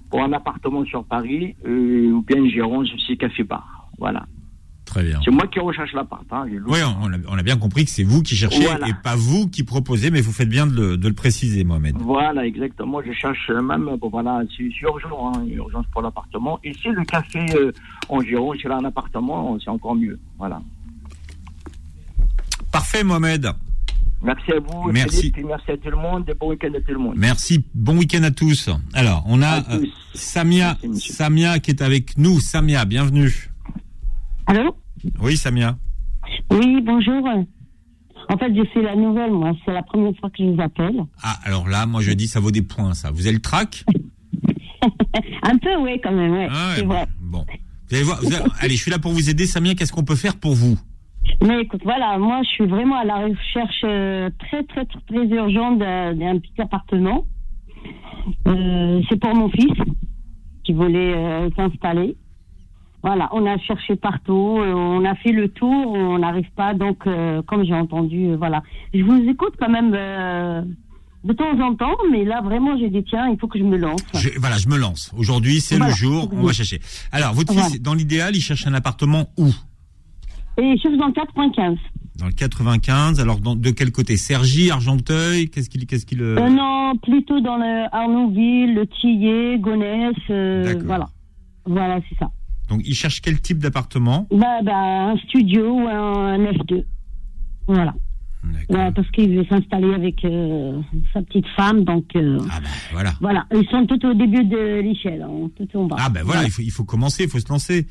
[SPEAKER 17] Pour un appartement sur Paris, euh, ou bien une gérance aussi café bar. Voilà.
[SPEAKER 2] Très bien.
[SPEAKER 17] C'est moi qui recherche l'appart. Hein, je loue.
[SPEAKER 2] Oui, on on a, on a bien compris que c'est vous qui cherchez
[SPEAKER 17] Voilà.
[SPEAKER 2] et pas vous qui proposez, mais vous faites bien de le, de le préciser, Mohamed.
[SPEAKER 17] Voilà, exactement. Je cherche euh, même, euh, bon, voilà, c'est c'est urgent, hein, urgence pour l'appartement. Et si le café euh, en Gironde, c'est là un appartement, c'est encore mieux. Voilà.
[SPEAKER 2] Parfait, Mohamed.
[SPEAKER 17] Merci à vous,
[SPEAKER 2] Merci.
[SPEAKER 17] Philippe, et merci à tout le monde, et bon week-end à tout le monde.
[SPEAKER 2] Merci. Bon week-end à tous. Alors, on a euh, Samia, Samia qui est avec nous. Samia, bienvenue.
[SPEAKER 18] Allô
[SPEAKER 2] Oui, Samia.
[SPEAKER 18] Oui, bonjour. En fait, j'ai fait la nouvelle, moi. C'est la première fois que je vous appelle.
[SPEAKER 2] Ah, alors là, moi je dis, ça vaut des points, ça. Vous avez le trac
[SPEAKER 18] Un peu, oui, quand même, ouais.
[SPEAKER 2] Ah ouais,
[SPEAKER 18] c'est
[SPEAKER 2] bon.
[SPEAKER 18] vrai.
[SPEAKER 2] Bon. Vous allez voir. vous allez- Allez, je suis là pour vous aider, Samia. Qu'est-ce qu'on peut faire pour vous
[SPEAKER 18] Mais écoute, voilà, moi, je suis vraiment à la recherche euh, très, très, très, très urgente d'un d'un petit appartement. Euh, c'est pour mon fils qui voulait euh, s'installer. Voilà, on a cherché partout, euh, on a fait le tour, on n'arrive pas. Donc, euh, comme j'ai entendu, euh, voilà. Je vous écoute quand même euh, de temps en temps, mais là, vraiment, j'ai dit, tiens, il faut que je me lance.
[SPEAKER 2] Je- Voilà, je me lance. Aujourd'hui, c'est
[SPEAKER 18] Voilà.
[SPEAKER 2] le jour, on va chercher. Alors, votre fils,
[SPEAKER 18] Voilà.
[SPEAKER 2] dans l'idéal, il cherche un appartement où
[SPEAKER 18] Et je suis dans 4.15.
[SPEAKER 2] Dans le 95. Alors, dans- de quel côté Sergi, Argenteuil Qu'est-ce qu'il. Qu'est-ce qu'il. euh,
[SPEAKER 18] Euh, non, plutôt dans le Arnouville, le Tillet, Gonesse, euh,
[SPEAKER 2] D'accord.
[SPEAKER 18] voilà. Voilà, c'est ça.
[SPEAKER 2] Donc, il cherche quel type d'appartement
[SPEAKER 18] Bah, bah, un studio ou un, un F2. Voilà. Ouais, parce qu'il veut s'installer avec euh, sa petite femme, donc euh,
[SPEAKER 2] Ah Voilà.
[SPEAKER 18] voilà. Ils sont tout au début de l'échelle, hein, tout en bas.
[SPEAKER 2] Ah, ben voilà, il faut, il faut commencer, il faut se lancer.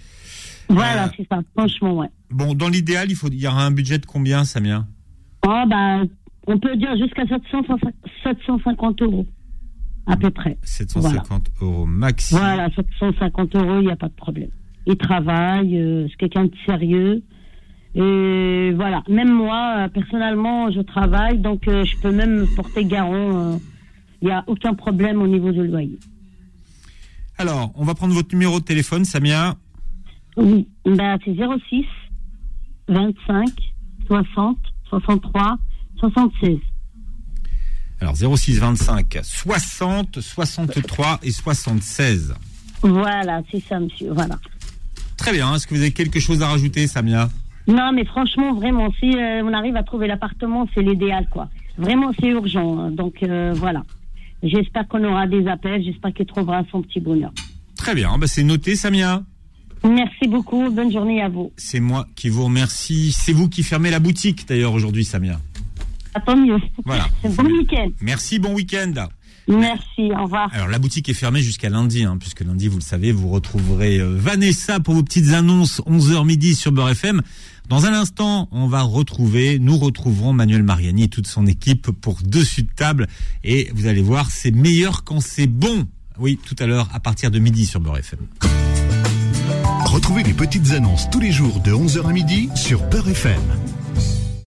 [SPEAKER 18] Voilà,
[SPEAKER 2] Euh,
[SPEAKER 18] c'est ça, franchement, ouais.
[SPEAKER 2] Bon, dans l'idéal, il, faut, il y aura un budget de combien, Samia
[SPEAKER 18] Oh, bah, on peut dire jusqu'à 700, 750 euros, à peu près.
[SPEAKER 2] 750 euros max.
[SPEAKER 18] Voilà, 750 euros, il n'y a pas de problème. Il travaille, euh, c'est quelqu'un de sérieux. Et voilà, même moi, euh, personnellement, je travaille, donc euh, je peux même me porter garant. euh, Il n'y a aucun problème au niveau du loyer.
[SPEAKER 2] Alors, on va prendre votre numéro de téléphone, Samia.
[SPEAKER 18] Oui, bah, c'est 06 25 60 63 76.
[SPEAKER 2] Alors, 06 25 60 63 et 76.
[SPEAKER 18] Voilà, c'est ça, monsieur. Voilà.
[SPEAKER 2] Très bien. Est-ce que vous avez quelque chose à rajouter, Samia
[SPEAKER 18] Non, mais franchement, vraiment, si euh, on arrive à trouver l'appartement, c'est l'idéal, quoi. Vraiment, c'est urgent. hein. Donc, euh, voilà. J'espère qu'on aura des appels. J'espère qu'il trouvera son petit bonheur.
[SPEAKER 2] Très bien. Bah, c'est noté, Samia.
[SPEAKER 18] Merci beaucoup. Bonne journée à vous.
[SPEAKER 2] C'est moi qui vous remercie. C'est vous qui fermez la boutique, d'ailleurs, aujourd'hui, Samia.
[SPEAKER 18] À tant mieux.
[SPEAKER 2] Voilà.
[SPEAKER 18] Bon week-end.
[SPEAKER 2] Merci, bon week-end.
[SPEAKER 18] Merci. Au revoir.
[SPEAKER 2] Alors la boutique est fermée jusqu'à lundi, hein, puisque lundi, vous le savez, vous retrouverez euh, Vanessa pour vos petites annonces 11h midi sur Beurre FM. Dans un instant, on va retrouver, nous retrouverons Manuel Mariani et toute son équipe pour dessus de table. Et vous allez voir, c'est meilleur quand c'est bon. Oui, tout à l'heure, à partir de midi sur Beurre FM.
[SPEAKER 1] Retrouvez les petites annonces tous les jours de 11h à midi sur Peur FM.